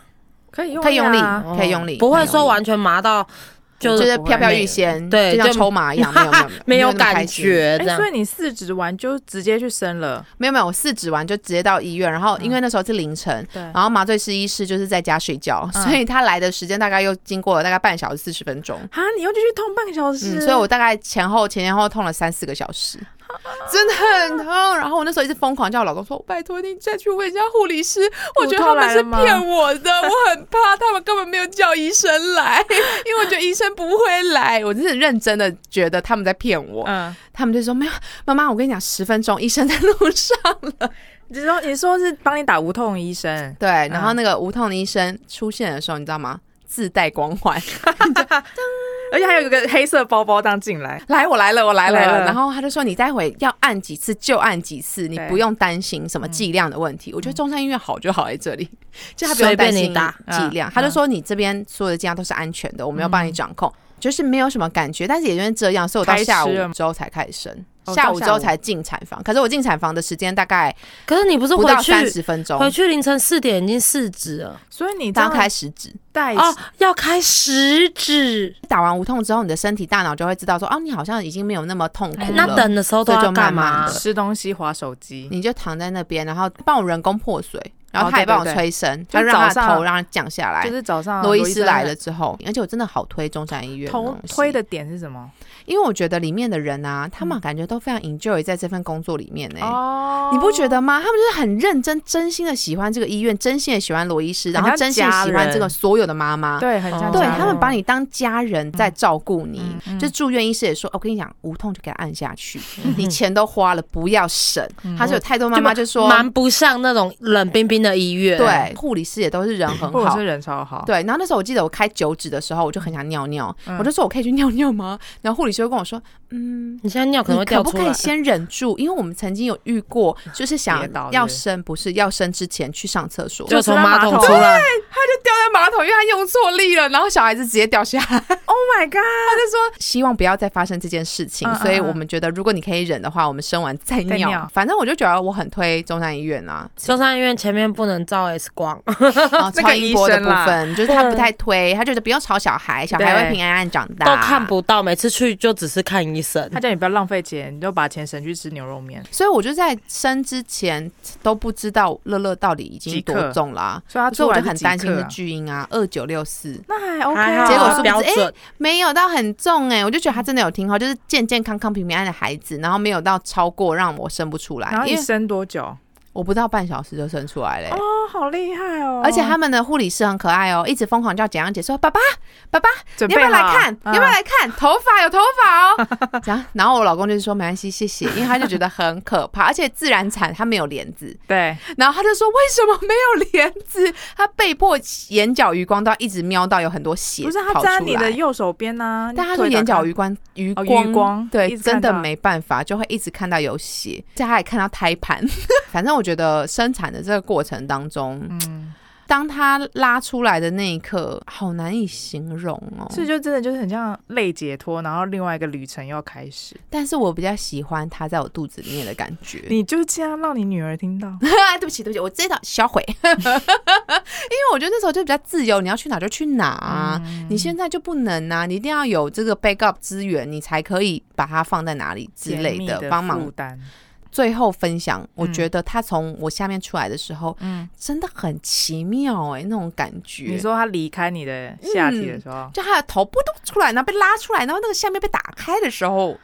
Speaker 2: 可以用、啊，
Speaker 1: 可以用力，
Speaker 3: 哦
Speaker 1: 可以用力，
Speaker 3: 不会
Speaker 1: 可以用
Speaker 3: 说
Speaker 1: 力
Speaker 3: 完全麻到就
Speaker 1: 就是是飘飘欲仙，
Speaker 3: 对
Speaker 1: 就像
Speaker 3: 就
Speaker 1: 抽麻一样， 没有没有
Speaker 3: 没有
Speaker 1: 那么开
Speaker 3: 感
Speaker 1: 心，
Speaker 3: 觉
Speaker 2: 哎、
Speaker 3: 这样
Speaker 2: 所。以你四指完就直接去生了，
Speaker 1: 没有没有，我四指完就直接到医院，然
Speaker 3: 嗯
Speaker 1: 后因为那时候是凌晨，
Speaker 2: 对
Speaker 1: 然后麻醉师医师就是在家睡觉，
Speaker 2: 嗯
Speaker 1: 所以他来的时间大概又经过了大概半小时四十分钟。
Speaker 2: 啊，你又继续痛半个小时，
Speaker 1: 嗯，所以我大概前后前前后后痛了三四个小 时，真的很痛。然后我那时候一直疯狂叫我老公说：“拜托你再去问一下护理师，我觉得他们是骗我的，我很怕他们根本没有叫医生来，因为我觉得医生不会来。”我真的认真的觉得他们在骗我。
Speaker 2: 嗯，
Speaker 1: 他们就说：“没有，妈妈，我跟你讲，十分钟，医生在路上。”
Speaker 2: 你说你说是帮你打无痛医 生，
Speaker 1: 对，然后那个无痛的医生出现的时候，你知道吗？自带光环，
Speaker 2: 而且还有一个黑色包包当进来，
Speaker 1: 来，我来了，我来了。
Speaker 2: 来
Speaker 3: 嗯
Speaker 2: 了
Speaker 1: 然后他就说，你待会要按几次就按几次，你
Speaker 2: 对
Speaker 1: 不用担心什么
Speaker 3: 嗯
Speaker 1: 剂量的问题。我觉得中山医院好就好在这里， 就他不用
Speaker 3: 随
Speaker 1: 担
Speaker 3: 便你
Speaker 1: 心
Speaker 3: 打
Speaker 1: 剂量，
Speaker 2: 嗯
Speaker 1: 他就说你这边所有的剂量都是安全的，我们要帮你掌
Speaker 3: 嗯
Speaker 1: 控。就是没有什么感觉，但是也因为这样，所以我到
Speaker 2: 开始
Speaker 1: 下午
Speaker 2: 了吗
Speaker 1: 之后才开始生，
Speaker 3: 啊
Speaker 2: 哦
Speaker 1: 下
Speaker 2: 到
Speaker 1: 午
Speaker 2: 下
Speaker 1: 之后
Speaker 2: 午
Speaker 1: 才进产房。可是我进产房的时间大概
Speaker 3: 可是你不是
Speaker 1: 不
Speaker 3: 回
Speaker 1: 到
Speaker 3: 去
Speaker 1: 三十分钟，
Speaker 3: 回去凌晨四点已经四指了
Speaker 2: 所以你这
Speaker 1: 刚
Speaker 2: 样
Speaker 1: 开始指。
Speaker 2: 带
Speaker 3: 哦，要开十指，
Speaker 1: 打完无痛之后，你的身体大脑就会知道说，哦，你好像已经没有那么痛苦了。
Speaker 3: 哎那等的时候都
Speaker 1: 所以
Speaker 3: 要
Speaker 1: 就
Speaker 3: 干
Speaker 1: 慢
Speaker 3: 嘛
Speaker 1: 慢？的
Speaker 2: 吃东西、划手机，
Speaker 1: 你就躺在那边，然后帮我人工破水，然后
Speaker 2: 嗯哦
Speaker 1: 他也
Speaker 2: 对对
Speaker 1: 帮我
Speaker 2: 对
Speaker 1: 催生，
Speaker 2: 就
Speaker 1: 他
Speaker 2: 是
Speaker 1: 让他
Speaker 2: 早
Speaker 1: 的头
Speaker 2: 上
Speaker 1: 让它降下来
Speaker 2: 就。是哦早上
Speaker 1: 罗伊
Speaker 2: 医
Speaker 1: 斯来了。之后，而且我真的好推中山医院
Speaker 2: 头
Speaker 1: 东西
Speaker 2: 推的，点是什么？
Speaker 1: 因为我觉得里面的人啊，他们感觉都非常 enjoy 在这份工作里面呢、
Speaker 2: 哦
Speaker 1: 你不觉得吗？他们就是很认真、真心的喜欢这个医院，真心的喜欢罗医师，然后
Speaker 2: 很像
Speaker 1: 真心的喜
Speaker 2: 家
Speaker 1: 欢
Speaker 2: 人
Speaker 1: 这个所有的妈妈。
Speaker 2: 对，很像
Speaker 3: 哦
Speaker 1: 对
Speaker 2: 家人
Speaker 1: 他们把你当家人在照顾你，
Speaker 2: 嗯嗯
Speaker 1: 就住院医师也说，哦我跟你讲，无痛就给他按下去，
Speaker 3: 嗯
Speaker 1: 你钱都花了，不要省。
Speaker 2: 嗯
Speaker 1: 他是有太多妈妈就说，
Speaker 3: 蛮不像那种冷冰冰的医院。，
Speaker 1: 对，护理师也都是人很
Speaker 2: 或者
Speaker 1: 好 Oh
Speaker 2: 是。人超好，
Speaker 1: 对，然后那时候我记得我开九指的时候，我就很想尿尿，
Speaker 2: 嗯
Speaker 1: 我就说我可以去尿尿吗？然后护理师就跟我说，嗯。
Speaker 3: 你现在尿可能
Speaker 1: 你
Speaker 3: 会掉
Speaker 1: 可不
Speaker 3: 出
Speaker 1: 可以
Speaker 3: 来。
Speaker 1: 先忍住？因为我们曾经有遇过，就是想
Speaker 2: 跌倒
Speaker 1: 要
Speaker 2: 是不是
Speaker 1: 生，不是要生之前去上厕所，
Speaker 3: 就从马桶
Speaker 2: 就
Speaker 3: 出
Speaker 2: 是
Speaker 3: 来，
Speaker 1: 掉在马桶，因为他用错力了，然后小孩子直接掉下来。
Speaker 2: ，Oh my god，
Speaker 1: 希望不要再发生这件事情，
Speaker 2: 嗯嗯
Speaker 1: 所以
Speaker 2: 嗯
Speaker 1: 我们觉得，如果你可以忍的话，我们生完再尿。
Speaker 2: 再尿
Speaker 1: 反正我就觉得我很推中山医院啊，
Speaker 3: 中山医院前面不能照 X 光，
Speaker 1: 然后
Speaker 2: 那
Speaker 1: 超
Speaker 2: 个
Speaker 1: 音波的
Speaker 2: 医生
Speaker 1: 部
Speaker 2: 啦
Speaker 1: 分，就是他不太推，他觉得不用吵小孩，小孩
Speaker 2: 对
Speaker 1: 会平安安长大。
Speaker 3: 都看。不到，每次去就只是看医生
Speaker 2: 他。叫你不要浪费钱，你就把钱省去吃牛肉面，
Speaker 1: 所以我就在生之前都不知道乐乐到底已经
Speaker 2: 几克
Speaker 1: 多重啦、
Speaker 2: 所以他
Speaker 1: 所以
Speaker 2: 出
Speaker 1: 我
Speaker 2: 来
Speaker 1: 就是很
Speaker 2: 几
Speaker 1: 担心
Speaker 2: 克
Speaker 1: 是
Speaker 2: 啊
Speaker 1: 巨婴啊，二九六四
Speaker 2: 那还 OK，
Speaker 3: 还
Speaker 2: 啊
Speaker 3: 好
Speaker 1: 结果
Speaker 3: 啊
Speaker 1: 是不是
Speaker 3: 标
Speaker 1: 哎
Speaker 3: 准，
Speaker 1: 没有到很重哎、我就觉得他真的有听
Speaker 2: 嗯
Speaker 1: 话，就是健健康康、平平安安的孩子，然后没有到超过让我生不出来
Speaker 2: 然后，
Speaker 1: 因
Speaker 2: 你
Speaker 1: 为
Speaker 2: 生多久？
Speaker 1: 我不到半小时就生出来嘞、
Speaker 2: 哦，好厉害哦！
Speaker 1: 而且他们的护理师很可爱哦，一直疯狂叫简阳姐说：“爸爸，爸爸，
Speaker 2: 准
Speaker 1: 你
Speaker 2: 备
Speaker 1: 要不要来
Speaker 2: 好嗯
Speaker 1: 看？你要不要来 看？头发有头发哦。” 这样，然后我老公就是说：“没关系，谢谢。”因为他就觉得很可怕，而且自然产它没有帘子，
Speaker 2: 对，
Speaker 1: 然后他就说：“为什么没有帘子？”他被迫眼角余光都要一直瞄到有很多血
Speaker 2: 不是他
Speaker 1: 跑
Speaker 2: 站在
Speaker 1: 出
Speaker 2: 你的
Speaker 1: 来
Speaker 2: 右手边呐、啊，
Speaker 1: 但他
Speaker 2: 说
Speaker 1: 说眼角余光余
Speaker 2: 哦余
Speaker 1: 光,、
Speaker 2: 光一
Speaker 1: 对，
Speaker 2: 直
Speaker 1: 真
Speaker 2: 看
Speaker 1: 的
Speaker 2: 到
Speaker 1: 没办法，就会一直看到有血，而且他也看到胎盘。 反正我觉得生产的这个过程当中，
Speaker 2: 嗯，
Speaker 1: 当他拉出来的那一刻，好难以形容哦。
Speaker 2: 所以就真的就是很像类解脱，然后另外一个旅程又要开始。
Speaker 1: 但是我比较喜欢他在我肚子里面的感觉。
Speaker 2: 你就这样让你女儿听到，
Speaker 1: 对不起，对不起，我知道销毁， 因为我觉得那时候就比较自由，你要去哪就去哪、啊。
Speaker 2: 嗯
Speaker 1: 你现在就不能啊，你一定要有这个 backup 资源，你才可以把它放在哪里之
Speaker 2: 甜
Speaker 1: 类
Speaker 2: 蜜
Speaker 1: 的
Speaker 2: 的
Speaker 1: 帮忙
Speaker 2: 负担，
Speaker 1: 最后分享，我
Speaker 2: 嗯
Speaker 1: 觉得他从我下面出来的时候，
Speaker 2: 嗯，
Speaker 1: 真的很奇妙哎、那种感觉。
Speaker 2: 你说她离开你的下体的时候，
Speaker 1: 就他的头不都出来，然后被拉出来，然后那个下面被打开的时候，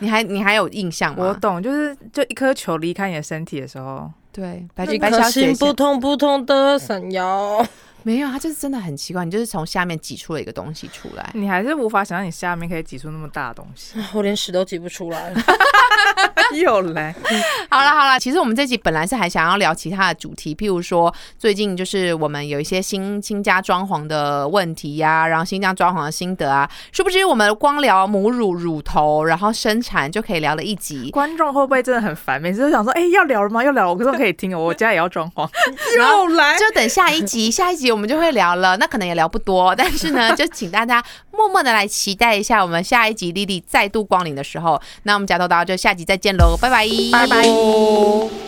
Speaker 1: 你还你还有印象吗？
Speaker 2: 我懂，就是就一颗球离开你的身体的时候，
Speaker 1: 对白
Speaker 3: 一
Speaker 1: 白
Speaker 3: 颗
Speaker 1: 小姐
Speaker 3: 心
Speaker 1: 姐
Speaker 3: 扑通扑通的闪耀，
Speaker 1: 没有，他就是真的很奇怪，你就是从下面挤出了一个东西出来。
Speaker 2: 你还是无法想象你下面可以挤出那么大的东西。
Speaker 3: 我连屎都挤不出来。
Speaker 2: 又来，
Speaker 1: 好了好了，其实我们这集本来是还想要聊其他的主题，譬如说最近就是我们有一些新新家装潢的问题呀、然后新家装潢的心得啊，殊不知我们光聊母乳、乳头，然后生产就可以聊了一 集，
Speaker 2: 观众会不会真的很烦？每次都想说，哎、要聊了吗？要聊了，我可是我可以听哦，我家也要装潢。
Speaker 1: 然后
Speaker 2: 来
Speaker 1: 就等下一集，下一集我们就会聊了，那可能也聊不多，但是呢，就请大家默默的来期待一下我们下一集莉莉再度光临的时候。那我们假豆刀就下集再见喽，拜拜，
Speaker 3: 拜拜。